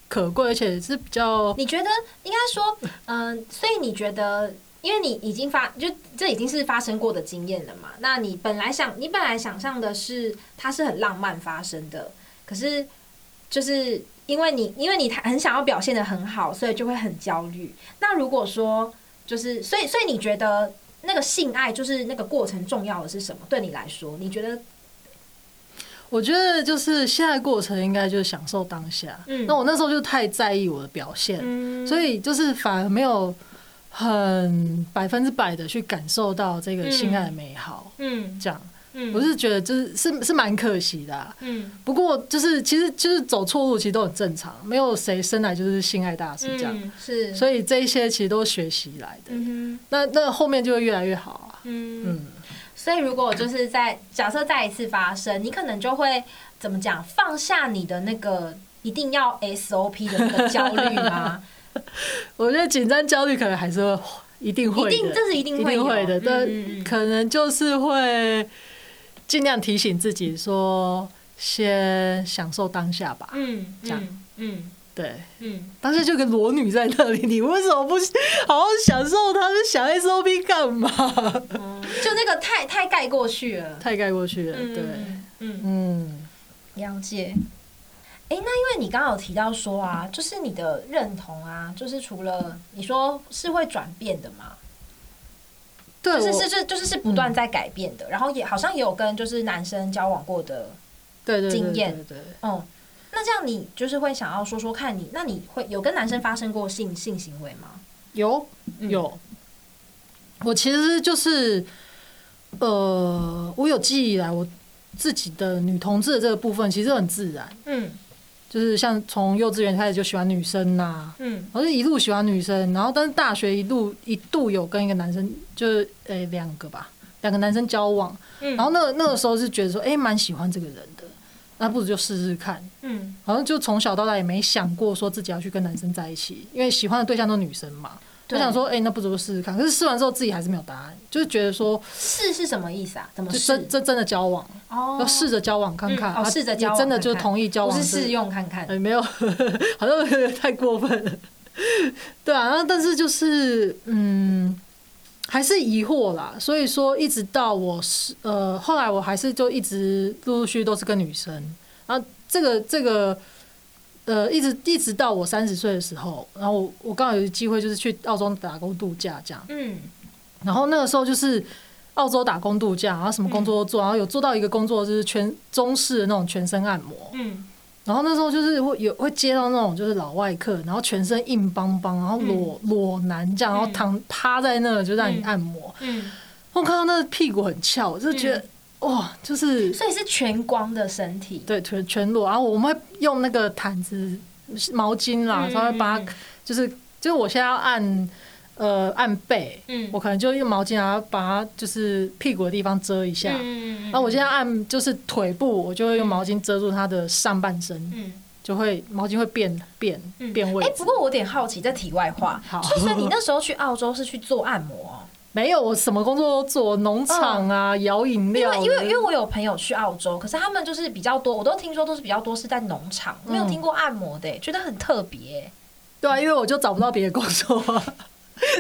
可贵，而且是比较
你觉得应该说，嗯、所以你觉得，因为你已经发，就这已经是发生过的经验了嘛？那你本来想，你本来想象的是它是很浪漫发生的，可是就是因为你，因为你很想要表现的很好，所以就会很焦虑。那如果说就是，所以所以你觉得那个性爱就是那个过程重要的是什么？对你来说，你觉得，
我觉得就是现在过程应该就是享受当下。
嗯
那我那时候就太在意我的表现，
嗯
所以就是反而没有很百分之百的去感受到这个性爱的美好。
嗯
这样，
嗯
我是觉得就是是是蛮可惜的啊、
嗯
不过就是其实就是走错路，其实都很正常，没有谁生来就是性爱大师这样。
嗯是，以
所以这一些其实都是学习来的，
嗯哼
那那后面就会越来越好啊。
嗯
嗯，
所以，如果就是在假设再一次发生，你可能就会怎么讲，放下你的那个一定要 SOP 的那个焦虑吗？
我觉得紧张焦虑可能还是会一定
一
会的，
定，这是一定
一
会
定
有
会的，但
嗯嗯嗯
可能就是会尽量提醒自己说，先享受当下吧。
嗯，
这样
嗯
对，
嗯嗯，
当下就有个裸女在那里，你为什么不好好享受她？是想 SOP 干嘛？
嗯就那个太太盖过去了。
太盖过去了，
嗯
对，，
嗯，
嗯，
了解。哎、那因为你刚刚有提到说啊，就是你的认同啊，就是除了你说是会转变的嘛，
对，
就是
我嗯
是是就是是不断在改变的，然后也好像也有跟就是男生交往过的
对对对
经验
对对。对
哦，那这样你就是会想要说说看你，那你会有跟男生发生过性性行为吗？
有
嗯
有，我其实就是，呃，我有记忆以来，我自己的女同志的这个部分其实很自然，
嗯
就是像从幼稚园开始就喜欢女生呐、
嗯
然后就一路喜欢女生，然后但是大学一路一度有跟一个男生，就是呃两、个吧，两个男生交往，
嗯
然后那个那个时候是觉得说，哎、蛮喜欢这个人的，那不如就试试看，
嗯
好像就从小到大也没想过说自己要去跟男生在一起，因为喜欢的对象都是女生嘛。
对
就想说，哎、那不如试试看。可是试完之后自己还是没有答案，就是觉得说，
是是什么意思啊？怎么
就是真真真的交往，
哦
要试着交往看看，
嗯哦
啊
试着交往
也真的
看看
就同意交
不
往，
是试，用看看
哎、？没有， 好像有点太过分了。 对啊，然后但是就是，嗯，还是疑惑啦。所以说，一直到我是呃，后啊来我还是就一直陆陆续续都是跟女生，然后这个这个呃，一直一直到我三十岁的时候，然后我我刚好有机会就是去澳洲打工度假这样，
嗯，
然后那个时候就是澳洲打工度假，然后什么工作都
嗯
做，然后有做到一个工作就是全中式的那种全身按摩，
嗯，
然后那时候就是会有会接到那种就是老外客，然后全身硬邦邦，然后裸、
嗯
裸男这样，然后躺趴在那就让你按摩，
嗯，
我看到那个屁股很翘，我就觉得、哇，就是
所以是全光的身体，
对全全裸，然啊后我们会用那个毯子、毛巾
嗯
啦，啊稍微把它
嗯嗯
就是就是我现在要按呃按背，
嗯，
我可能就用毛巾然后把它就是屁股的地方遮一下，
嗯
然后我现在按就是腿部，我就会用毛巾遮住他的上半身，
嗯
就会毛巾会变变
嗯
变位
哎、
置
不。过我有点好奇，在题外话，
好
所以所以你那时候去澳洲是去做按摩哦、
没有，我什么工作都做，农场啊、摇饮
因
料
为
的，
因为因为我有朋友去澳洲，可是他们就是比较多，我都听说都是比较多是在农场，没
嗯
有听过按摩的、欸觉得很特别、欸
对啊，因为我就找不到别的工作啊。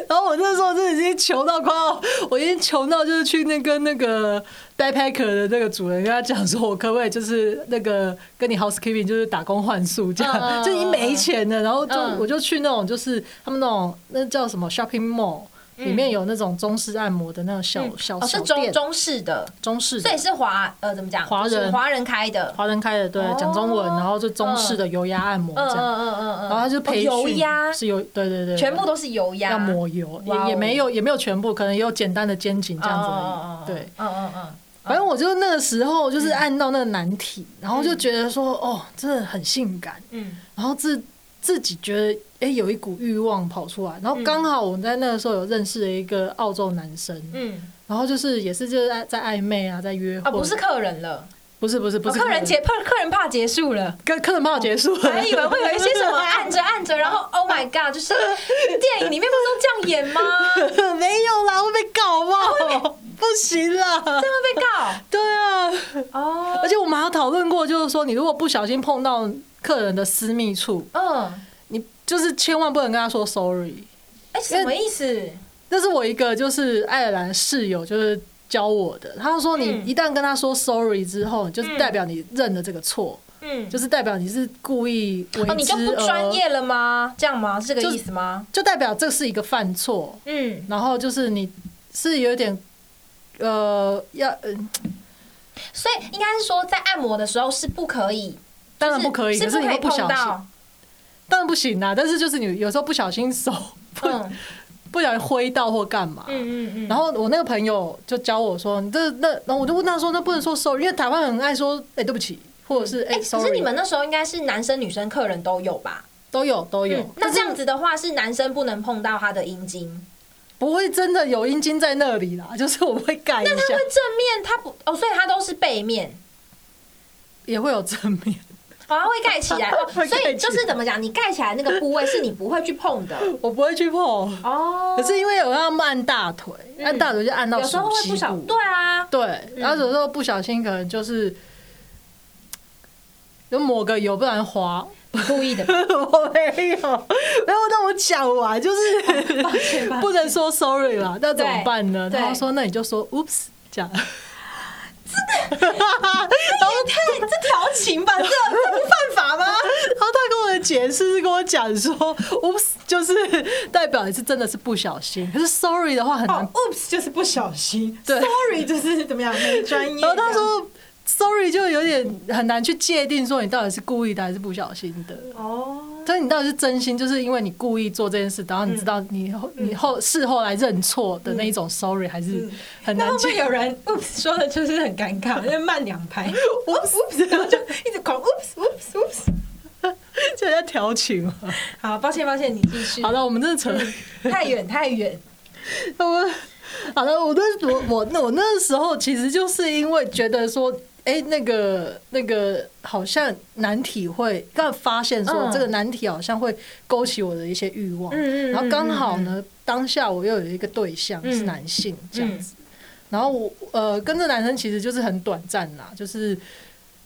然后我那时候就已经穷到快要，我已经穷到就是去那跟那个 backpacker 的那个主人跟他讲说，我可不可以就是那个跟你 housekeeping 就是打工换宿这
嗯
样， 就是已经没钱了。然后就
嗯
我就去那种就是他们那种那叫什么 shopping mall，里面有那种中式按摩的那种小嗯小
嗯哦，是
小
中
店，
中式的，
中式
所
的
以是华呃怎么讲，
华人
就是华人开的，
华人开的，对，讲中文，
哦
然后就中式的油压按摩
嗯
这
嗯
样。
嗯嗯嗯，
然后他就培训
哦油压，
是油，对对对，
全部都是油压，
要抹油，
哇哦
也也没有也没有全部，可能也有简单的肩颈这样子
哦
而已。对，，
哦哦嗯哦嗯嗯
反正我就那个时候就是按到那个难题，然后就觉得说哦，真的很性感，
嗯
然后自自己觉得哎、诶有一股欲望跑出来，
嗯
然后刚好我在那个时候有认识了一个澳洲男生，
嗯嗯，
然后就是也是就是在在暧昧啊，在约
啊
会，
不是客人了，
不是不是不
哦
是
客人结客客人怕结束 了。
跟客人怕结束了，
还以为会有一些 什么啊按着按着，然后 Oh my God，就是电影里面不是都这样演吗？ 这
没有啦，会被告吧？不行啦，
样会被告
对啊。
哦。
而且我们还有讨论过，就是说你如果不小心碰到客人的私密处，
嗯，
你就是千万不能跟他说 sorry。
哎，什么意思？
那是我一个就是爱尔兰室友就是教我的，他说你
嗯
一旦跟他说 sorry 之后，就
嗯
是代表你认了这个错，
嗯，
就是代表你是故意为之
哦，你就不
而
专，业了吗？这样吗？是这个意思吗？
就代表这是一个犯错，
嗯，
然后就是你是有点呃要呃
所以应该是说，在按摩的时候是不可以，
当然不可以，
是
可是
不
你
可
会
以
不小
碰
心，
到，
当然不行啊啦。但是就是你有时候不小心手不
嗯
不小心挥到或干嘛，
嗯嗯嗯，
然后我那个朋友就教我说，你这那，然后我就问他说，那不能说 sorry，因为台湾很爱说，哎、对不起，或者是哎、
哎，可
sorry，
是你们那时候应该是男生女生客人都有吧？
都有都有，
嗯，那这样子的话是男生不能碰到他的阴茎。
不会真的有阴茎在那里啦，就是我会盖一
那他
下
会，正面，他不哦，所以他都是背面，
也会有正面，，
哦，他会盖起来，哦
会盖起
所
来
以就是怎么讲，你盖起来那个部位是你不会去碰的
我不会去碰，
哦。
可是因为我要按大腿，
嗯
按大腿就按到
有时候
手
会
膝
不小，
部，
对 啊，
对，然后有时候不小心可能就是。就抹个油，不然滑。
你故意的，
我没有，没有让我讲完，就是
抱歉吧。
不能说 sorry 啦，那怎么办呢？
对
他说那你就说 oops 这样，
太这调情吧，这这不犯法吗？
然后他跟我的解释是跟我讲说 oops 就是代表你是真的是不小心，可是 sorry 的话很难。
哦 Oops，就是不小心。
啊对
Sorry，就是怎么样没专业。
然后他说 sorry 就有点很难去界定说你到底是故意的还是不小心的。
哦，
所以你到底是真心，就是因为你故意做这件事，然后你知道你后
嗯
你后事后来认错的那一种 sorry，还是很
那
难
后
去
面有人 Oops 说的就是很尴尬，因为慢两 拍 Oops Oops，然后 就一直狂 Oops Oops Oops。
就在调情嘛。
好，抱歉抱歉，你继续
好。了，我们真的
嗯
扯
太远太远。
我好了，我那我我那我那时候其实就是因为觉得说，哎、那个那个好像难体会，刚发现说
嗯
这个难题好像会勾起我的一些欲望，
嗯嗯嗯
然后刚好呢，当下我又有一个对象
嗯
是男性这样子，然后我呃跟这男生其实就是很短暂啦，就是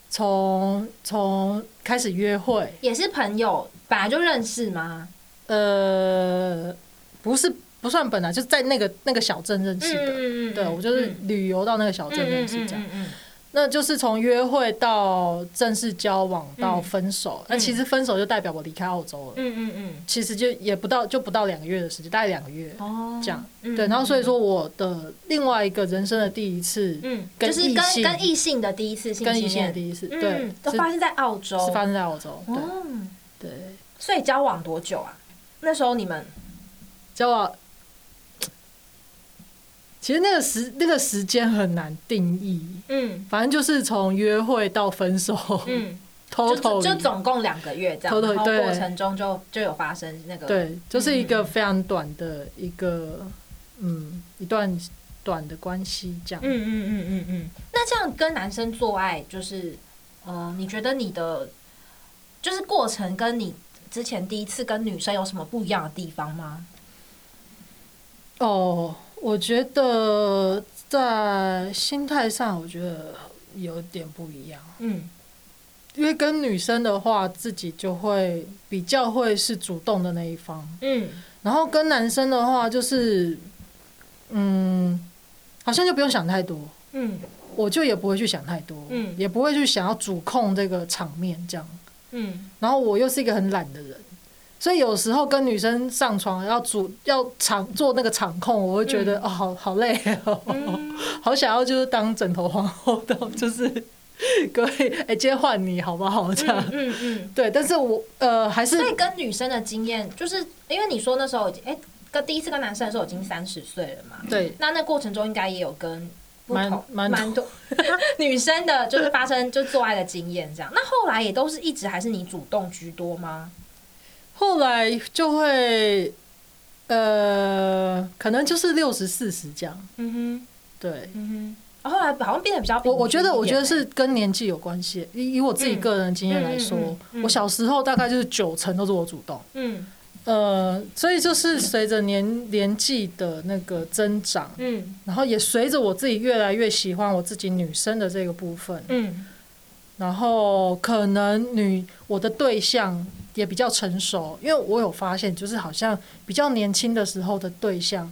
从从开始约会，
也是朋友，本来就认识吗？
呃，不是不算本来就在那个那个小镇认识的。
嗯
对，我就是旅游到那个小镇认识这样。
嗯嗯
那就是从约会到正式交往到分手，那、其实分手就代表我离开澳洲了。
嗯嗯
其实就也不到就不到两个月的时间，大概两个月
嗯，
这样。
嗯
对，然后所以说我的另外一个人生的第一次，
嗯，
跟
就是
异
跟
性
跟异性的第一次性
跟
经
异性的
验
第一次，
嗯
对，
都
是
发生在澳洲，
是发生在澳洲，对
哦，
对，
所以交往多久啊？那时候你们
交往。其实那个时那个时间很难定义，
嗯
反正就是从约会到分手，
嗯，
偷
就
偷
就就总共两个月这样，
Totally，
然后
对
过程中就就有发生那个，
对，就是
嗯
一个非常短的一个嗯一段短的关系这样。
嗯嗯嗯嗯嗯。那这样跟男生做爱，就是呃，你觉得你的就是过程跟你之前第一次跟女生有什么不一样的地方吗？
哦，我觉得在心态上，我觉得有点不一样，
嗯
因为跟女生的话，自己就会比较会是主动的那一方，
嗯
然后跟男生的话，就是嗯，好像就不用想太多。
嗯
我就也不会去想太多，
嗯
也不会去想要主控这个场面这样。
嗯
然后我又是一个很懒的人，所以有时候跟女生上床要主要场做那个场控，我会觉得、哦，好好累哦，
嗯
好想要就是当枕头皇后的，就是 各位哎、今天换你好不好？这样、
嗯嗯。
对，但是我呃还是
所以跟女生的经验，就是因为你说那时候已经，哎、跟第一次跟男生的时候已经三十岁了嘛，
对
那那过程中应该也有跟不
蛮
同
蛮
蛮多 女生的，就是发生就做爱的经验这样。那后来也都是一直还是你主动居多吗？
后来就会呃可能就是六十四十这样，
嗯
对
哼，。嗯哼，后来好像变得比较平均
我
一点，
我觉得，我觉得是跟年纪有关系。以以我自己个人的经验来说，
嗯嗯嗯嗯
我小时候大概就是九成都是我主动，
嗯
呃，所以就是随着年年纪的那个增长，
嗯
然后也随着我自己越来越喜欢我自己女生的这个部分，
嗯
然后可能女我的对象也比较成熟，因为我有发现，就是好像比较年轻的时候的对象。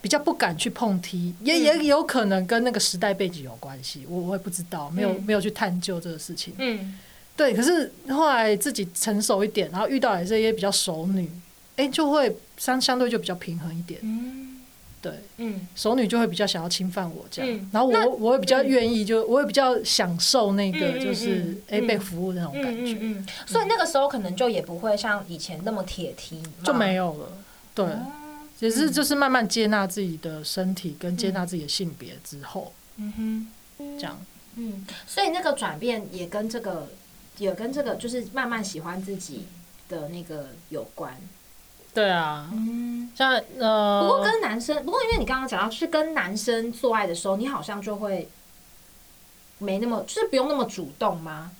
比较不敢去碰踢，也也有可能跟那个时代背景有关系，我我也不知道，没有
嗯
没有去探究这个事情。
嗯
对，可是后来自己成熟一点，然后遇到也是一些比较熟女，哎、就会相相对就比较平衡一点。
嗯
对，
嗯
熟女就会比较想要侵犯我这样，
嗯
然后
那
我我会比较愿意就，我会比较享受那
嗯
个
嗯
就是
嗯
哎、
嗯
被服务的那种
嗯
感觉，
嗯，所以那个时候可能就也不会像以前那么铁蹄嘛，
就没有了。对，也是就是慢慢接纳自己的身体跟接纳自己的性别之后，
嗯哼。
这样
嗯，所以那个转变也跟这个，也跟这个就是慢慢喜欢自己的那个有关。
对啊，
嗯，
像呃，
不过跟男生，不过因为你刚刚讲到，就是跟男生做爱的时候，你好像就会没那么，就是不用那么主动吗？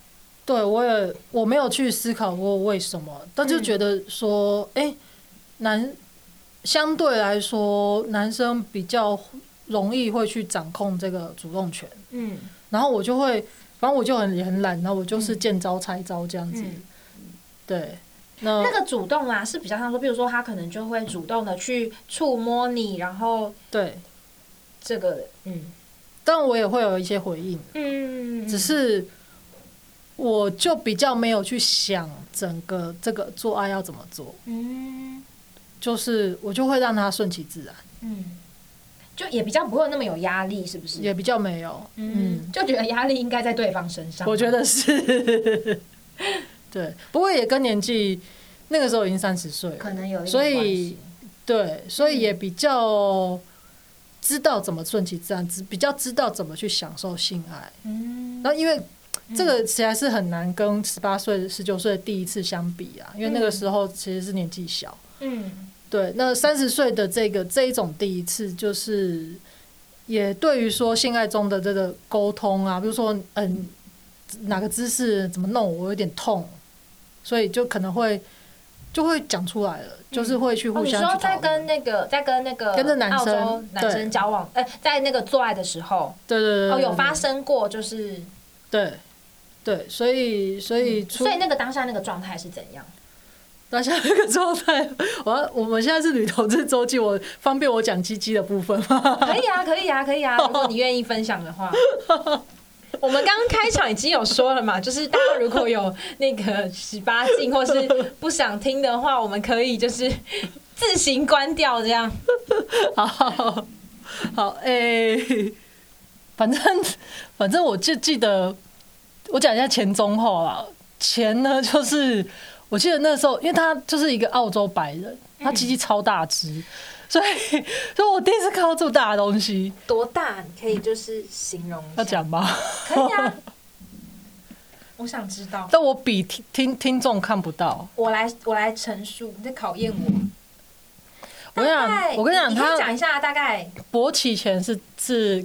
对我也我没有去思考过为什么，但
嗯
就觉得说，哎、男相对来说男生比较容易会去掌控这个主动权，
嗯
然后我就会，反正我就很也很懒，然后我就是见招拆招这样子。
嗯
对，那
那个主动啊，是比较像说，比如说他可能就会主动的去触摸你，然后
对，
这个，嗯
但我也会有一些回应，
嗯
只是我就比较没有去想整个这个做爱要怎么做，
嗯
就是我就会让它顺其自然，
嗯
就也比较不会那么有压力，是不是？
也比较没有，嗯
嗯，就觉得压力应该在对方身上。
我觉得是，对。不过也跟年纪，那个时候已经三十岁
可
了，
能有一点
所
关
以
系
对，所以也比较知道怎么顺其自然，只比较知道怎么去享受性爱。
嗯，
然后因为这个实在是很难跟十八岁、十九岁的第一次相比啊，因为那个时候其实是年纪小。
嗯
对，那三十岁的这个这一种第一次，就是也对于说性爱中的这个沟通啊，比如说嗯哪个姿势怎么弄，我有点痛，所以就可能会就会讲出来了，就是会去
哦，
互
你
相
说
去
在
讨论。
跟那个在跟那个
跟着男生
澳洲男
对
生交往，哎、在那个做爱的时候，
对对对，
哦，
对
有发生过，就是
对对，所以所以
嗯
出
所以那个当下那个状态是怎样？
那下那个状态，我要我们现在是女同志周记，我方便我讲鸡鸡的部分吗？
可以啊，可以啊，可以啊，如果你愿意分享的话。
我们刚刚开场已经有说了嘛， 就是大家如果有那个十八禁或是不想听的话，我们可以就是自行关掉这样。
好好，诶、反正反正我就记得，我讲一下前中后啊。前呢，就是我记得那时候，因为他就是一个澳洲白人，他鸡鸡超大只，所以所以我第一次看到这么大的东西，
多大？你可以就是形容
要
一下。
讲吗？
可以 啊，
我想知道，
但我比听听听众看不到。
我来我来陈述，你在考验我。
我跟你
大概
讲，我跟你讲，
你可以讲
他
一下大概
勃起前是是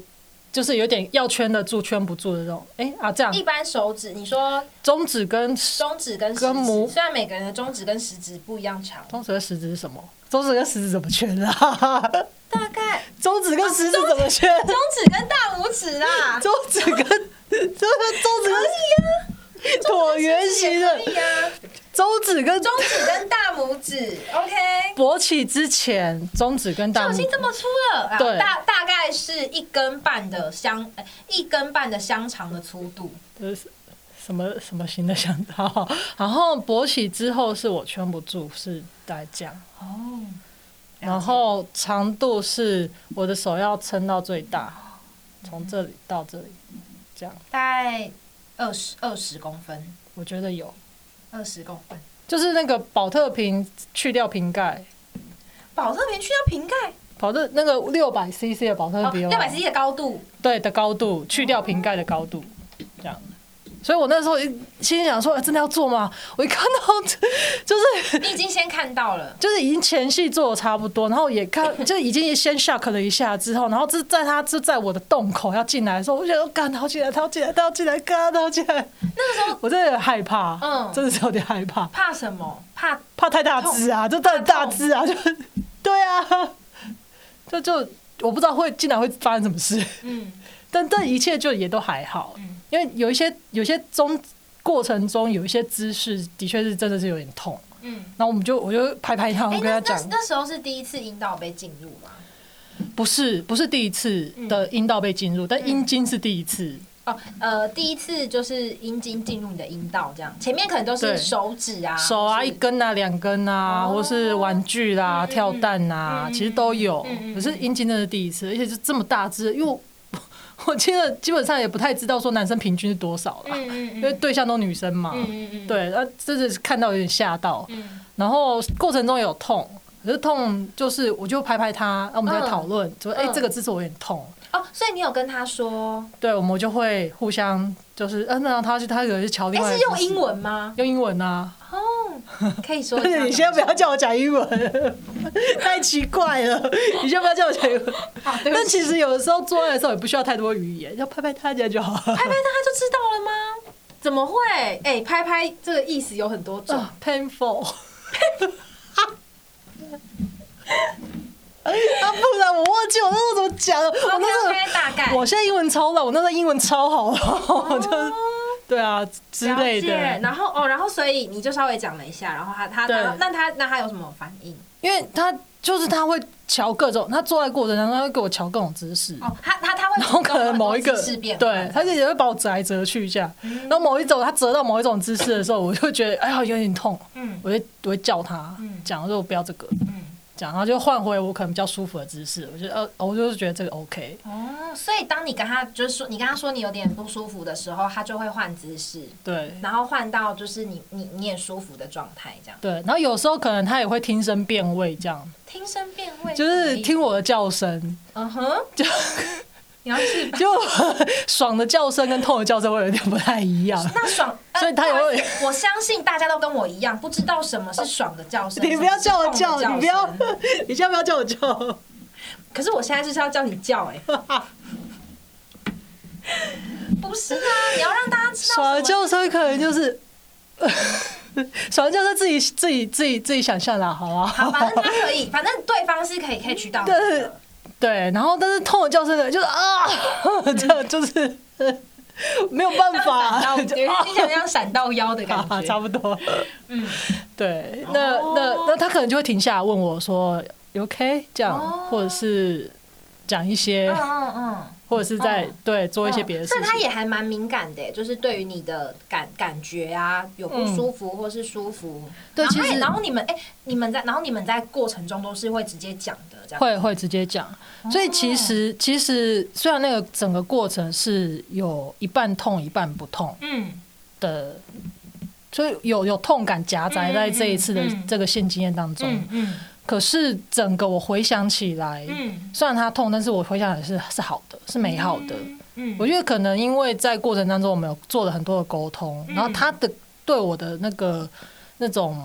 就是有点要圈得住、圈不住的那种。哎、啊，这样
一般手指，你说
中指跟
中指跟食
跟拇
指，虽然每个人的中指跟食指不一样长，
中指跟食指是什么？中指跟食指怎么圈啊？
大概
中指跟食指怎么圈？
中指跟大拇指啦，
中指跟中指跟中指跟椭圆形的
可以啊，
中指跟
中指跟大拇指，OK。
勃起之前，中指跟大
就已经
拇
这么粗了，啊
对
大大概是一根半的香，呃一根半的香肠的粗度，
指什么什么型的想到？然后勃起之后是我圈不住，是大概这样。
哦，
然后长度是我的手要撑到最大，从这里到这里，这样
大概二十二十公分，
我觉得有。
二十公分。
就是那个保特瓶去掉瓶盖，
保特瓶需要瓶盖，
保特那个六百 CC 的保特
哦，
瓶，
六百 cc 的高度，
对的高度，去掉瓶盖的高度，这样。所以我那时候一心里想说，哎真的要做吗？我一看到就是
你已经先看到了，
就是已经前戏做的差不多，然后也看 就已经先 shock 了一下之后，然后就在他就在我的洞口要进来的时候，我就想说干，他进来，他进来，他进来，干，他进来。
那个时候
我真的有点害怕，
嗯
真的是有点害怕。
怕什么？怕
怕太大只啊，就太大只啊，就 对啊，就就我不知道会进来会发生什么事，
嗯，
但这一切就也都还好，因为有一些有些中过程中有一些姿势的确是真的是有点痛，
嗯
嗯，然后我们就我就拍拍他，我
哎、
跟
那
他
那
讲，
那时候是第一次阴道被进入吗？
不是不是第一次
嗯
的阴道被进入，但阴茎是第一次，
哦，呃，第一次就是阴茎进入你的阴道，这样前面可能都是
对
手指啊，
手啊
是
一，根啊两根啊，
哦
或是玩具啦、
嗯嗯
跳蛋啊，
嗯
其实都有
嗯嗯。
可是阴茎真的是第一次，而且就这么大只，因为我 我记得基本上也不太知道说男生平均是多少啦，
嗯嗯嗯，
因为对象都女生嘛。
嗯嗯嗯，
对，那真的是看到有点吓到，
嗯
然后过程中有痛，可是痛就是我就拍拍他，啊然后我们
嗯
再讨论说，哎
嗯，
这个姿势我有点痛，
哦，所以你有跟他说，
对，我们就会互相就是，嗯，那他去他有去瞧另
哎、
外一
是
个
用
姿势
英文 吗？
用英文啊，
哦，可以说一
而
下
且
吗，
你先不要叫我讲英文， 太奇怪了。你先不要叫我讲英文。
啊，对不
但
起，
其实有的时候做爱的时候也不需要太多语言，要拍拍他家就好了。
拍拍他就知道了吗？怎么会？哎、拍拍这个意思有很多种，
啊 painful。啊，不然我忘记我那时候怎么讲了。我那时
OK，OK，大概
候，我现在英文超烂，我那时候英文超好了， 我就对啊之
哦了
类
解，
的。
然后哦，然后所以你就稍微讲了一下，然后他他
对
他那他那他有什么反应？
因为他就是他会瞧各种，他做爱过程当中他会给我瞧各种姿势。
哦，他他他会
嗯 然后可能某一个
事变，
对，他就也会把我折来折去这样。
嗯
然后某一种他折到某一种姿势的时候，我就会觉得哎呀有点痛，
嗯
我就我会叫他
嗯
讲说我不要这个，
嗯，
讲然后就换回我可能比较舒服的姿势。我觉得呃我就是觉得这个 OK，
哦，所以当你跟他就是说你跟他说你有点不舒服的时候，他就会换姿势，
对
然后换到就是你你你也舒服的状态，这样
对。然后有时候可能他也会听声辨位，这样
听声辨位
就是听，我的 叫声，
嗯哼，就你要 是
就爽的叫声跟痛的叫声会有点不太一 样。
那爽，呃
所以他也会
不好意思我相信大家都跟我一样，不知道什么是爽的叫声，
你不要
什
叫我
么是痛
叫，
的叫声
你不要， 你千万不要叫我叫。
可是我现在就是要叫你叫 哎、不是啊，你要让大家知道
爽的
什么
叫声可能就是， 爽的叫声自己自己自己自己想象啦，好不
好，
好？
反正他可以，反正对方是可以可以去到你
但
的
是。对，然后但是痛的叫声呢，就是啊， 这样就是没有办
闪
法
到，有
就
点
啊
像像闪到腰的 感
啊，
觉
差。不多。
嗯，哦
对，那那那他可能就会停下来问我说，“You “OK” 这样
哦，
或者是讲一些
嗯嗯嗯，
或者是在、
嗯
对做一些别的事
那他
情。
也还蛮敏感的，就是对于你的感感觉啊，有不舒服或是舒服。
对
然后
其实
哎然后你们哎、你们在，然后你们在过程中都是会直接讲的，这样。
会会直接讲，
哦
所以其实其实虽然那个整个过程是有一半痛一半不痛
嗯，
的，所以有有痛感夹杂在这一次的
嗯嗯嗯
这个性经验当中。
嗯嗯
可是整个我回想起来，
嗯，
虽然它痛，但是我回想起来是是好的，是美好的。
嗯，
我觉得可能因为在过程当中，我们有做了很多的沟通，
嗯
然后他的对我的那个那种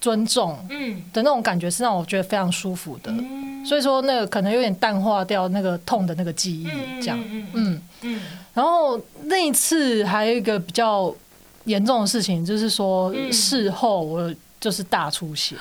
尊重
嗯
的那种感觉，是让我觉得非常舒服的。
嗯，
所以说，那个可能有点淡化掉那个痛的那个记忆，这样。
嗯嗯
嗯，
嗯
然后那一次还有一个比较严重的事情，就是说
嗯
事后我就是大出血，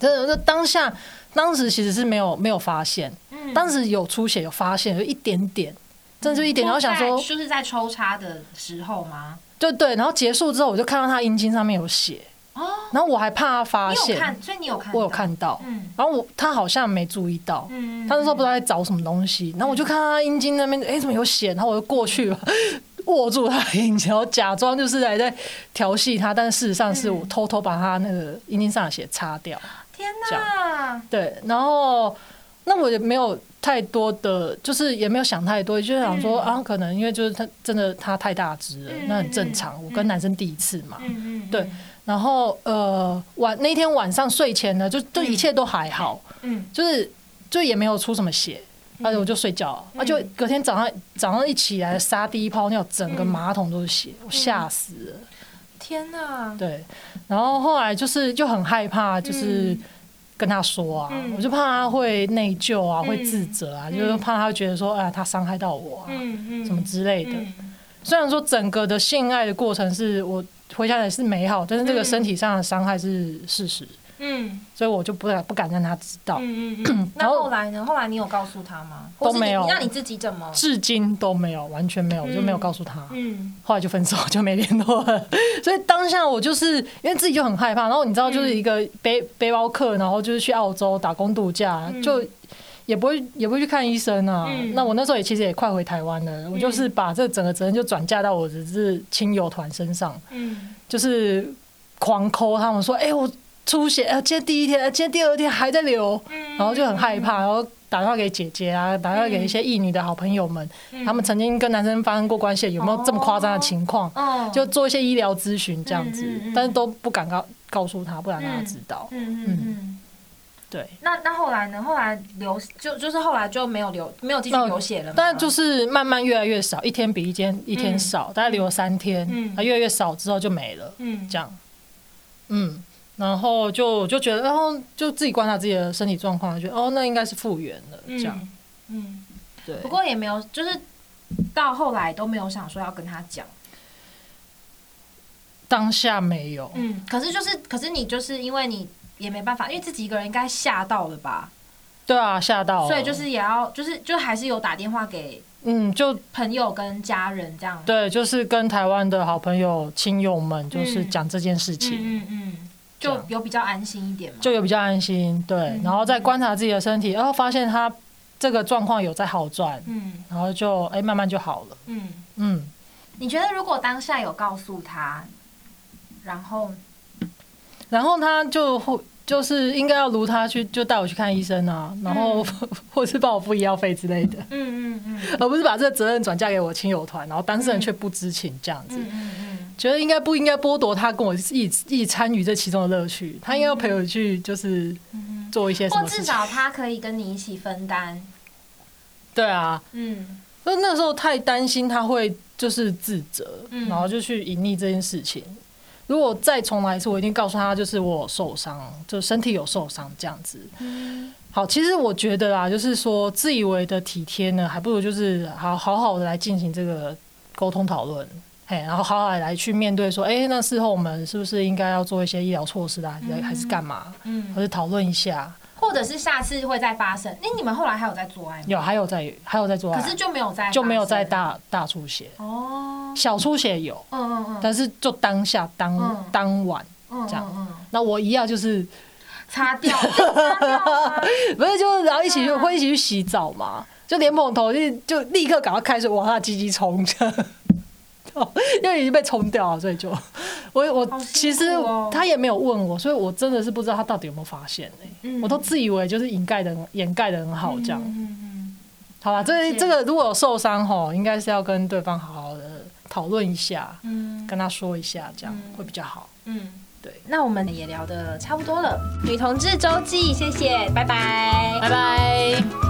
真的，那当下当时其实是没有没有发现，
嗯
当时有出血有发现，有一点点，真的就一
嗯
点，然后想说
在就是在抽插的时候吗？
就对，然后结束之后我就看到他阴茎上面有血，
哦，
然后我还怕他发
你有
现，
看，所以你有看，
我有，看到，
嗯
然后我他好像没注意到，
嗯，
他那时候不知
道，
道在找什么东
嗯
西，然后我就看他阴茎那边，哎、怎么有血？然后我就过去了， 握住他的阴茎，然后假装就是来在调戏他，但事实上
嗯
是我偷偷把他那个阴茎上的血擦掉。
天
这
哪，嗯
对，然后那我也没有太多的，就是也没有想太多，就是想说、
嗯
啊，可能因为就是他真的他太大只了，
嗯
那很正常。
嗯
我跟男生第一次嘛，
嗯嗯，
对然后呃晚那天晚上睡前呢，就就一切都还好，
嗯，
就是就也没有出什么血，而且我就睡觉了，
嗯
而且隔天早上早上一起来撒第一泡尿，整个马桶都是血，
嗯
我吓死了。
天哪，
对，然后后来就是就很害怕，就是
嗯
跟他说啊，
嗯
我就怕他会内疚啊，
嗯
会自责啊，
嗯
就是怕他会觉得说，哎，他伤害到我啊，
嗯嗯，
什么之类的。
嗯
虽然说整个的性爱的过程是我回想起来是美好，但是这个
嗯
身体上的伤害是事实，
嗯
所以我就不敢不敢让他知道。
嗯嗯，那
然后
后来呢？后来你有告诉他吗？
都没有
或是你那你自己怎么？
至今都没有，完全没有，我就没有
嗯
告诉他。
嗯
后来就分手，就没联络了。所以当下我就是因为自己就很害怕，然后你知道，就是一个背背包客，然后就是去澳洲打工度假，
嗯
就也不会也不会去看医生啊。
嗯
那我那时候也其实也快回台湾了，我就是把这整个责任就转嫁到我只是亲友团身上，
嗯
就是狂抠他们说：“哎、我出血，呃，今天第一天，呃今天第二天还在流。”
嗯，
然后就很害怕，然后打电话给姐姐啊，打电话给一些异女的好朋友们，
嗯
他们曾经跟男生发生过关系，有没有这么夸张的情况？
哦，
就做一些医疗咨询这样子，
嗯嗯嗯
但是都不敢告告诉他，不敢让他知道。
嗯嗯嗯。
对，
那那后来呢？后来流就就是后来就没有流，没有继续
那
流血了吗。
但就是慢慢越来越少，一天比一天一天少，大概留了三天，
嗯
啊，越来越少之后就没了，
嗯
这样，嗯。然后就我就觉得，然后就自己观察自己的身体状况，觉得哦，那应该是复原了，这样。
嗯，
对，
不过也没有，就是到后来都没有想说要跟他讲。哦
当下没有，
嗯，可是就是，可是你就是因为你也没办法，因为自己一个人应该吓到了吧，
对啊，吓到了。
所以就是也要，就是就还是有打电话给
嗯，就
朋友跟家人这样。
对，就是跟台湾的好朋友、亲友们，就是
嗯
讲这件事情。
嗯嗯嗯，
这
就
样
有比较安心一点嘛。
啊就有比较安心，对，
嗯
然后再观察自己的身体，然后发现他这个状况有在好转，
嗯
然后就哎、慢慢就好了，
嗯，
嗯，
你觉得如果当下有告诉他，然后
然后他就会就是应该要如他去就带我去看医生啊，然后、
嗯
或是帮我付医药费之类的，
嗯嗯嗯
而不是把这个责任转嫁给我亲友团，然后当事人却不知情这样子。
嗯嗯
觉得应该不应该剥夺他跟我一起一起参与这其中的乐趣，他应该要陪我去就是
嗯
做一些
嗯，
什
或
么事
至
情。
少他可以跟你一起分担。
对啊，
嗯
那那时候太担心他会就是自责，
嗯
然后就去隐匿这件事情。如果再重来一次，我一定告诉他，就是我有受伤，就身体有受伤这样子。
嗯
好，其实我觉得啊，就是说自以为的体贴呢，还不如就是好好好的来进行这个沟通讨论，嘿，然后好好地来去面对说，哎、那事后我们是不是应该要做一些医疗措施啊，还是还是干嘛，
嗯，
或者讨论一下？
或者是下次会再发生。那你们后来还有在做爱吗？
有，还有在还有在做爱，
可是就没有再
就没有再
发生
大大出血，
哦，
小出血有。
嗯嗯嗯，
但是就当下当、
嗯
当晚，
嗯
这样
嗯嗯，
那我一样就是
擦掉，擦掉啊！
不是就是然后一起去会一起去洗澡嘛，就连捧头就就立刻赶快开水往他的鸡鸡冲着。 哦，因为已经被冲掉了，所以就我我
好辛苦
其实
哦
他也没有问我，所以我真的是不知道他到底有没有发现欸
嗯
我都自以为就是掩盖的掩盖的很好这样。
嗯嗯
好啦，
了
这
解
这个如果有受伤吼，应该是要跟对方好好的讨论一下，
嗯
跟他说一下，这样
嗯
会比较好。
嗯，
对，
那我们也聊的差不多了。
女同志周记，谢谢，拜拜
拜拜。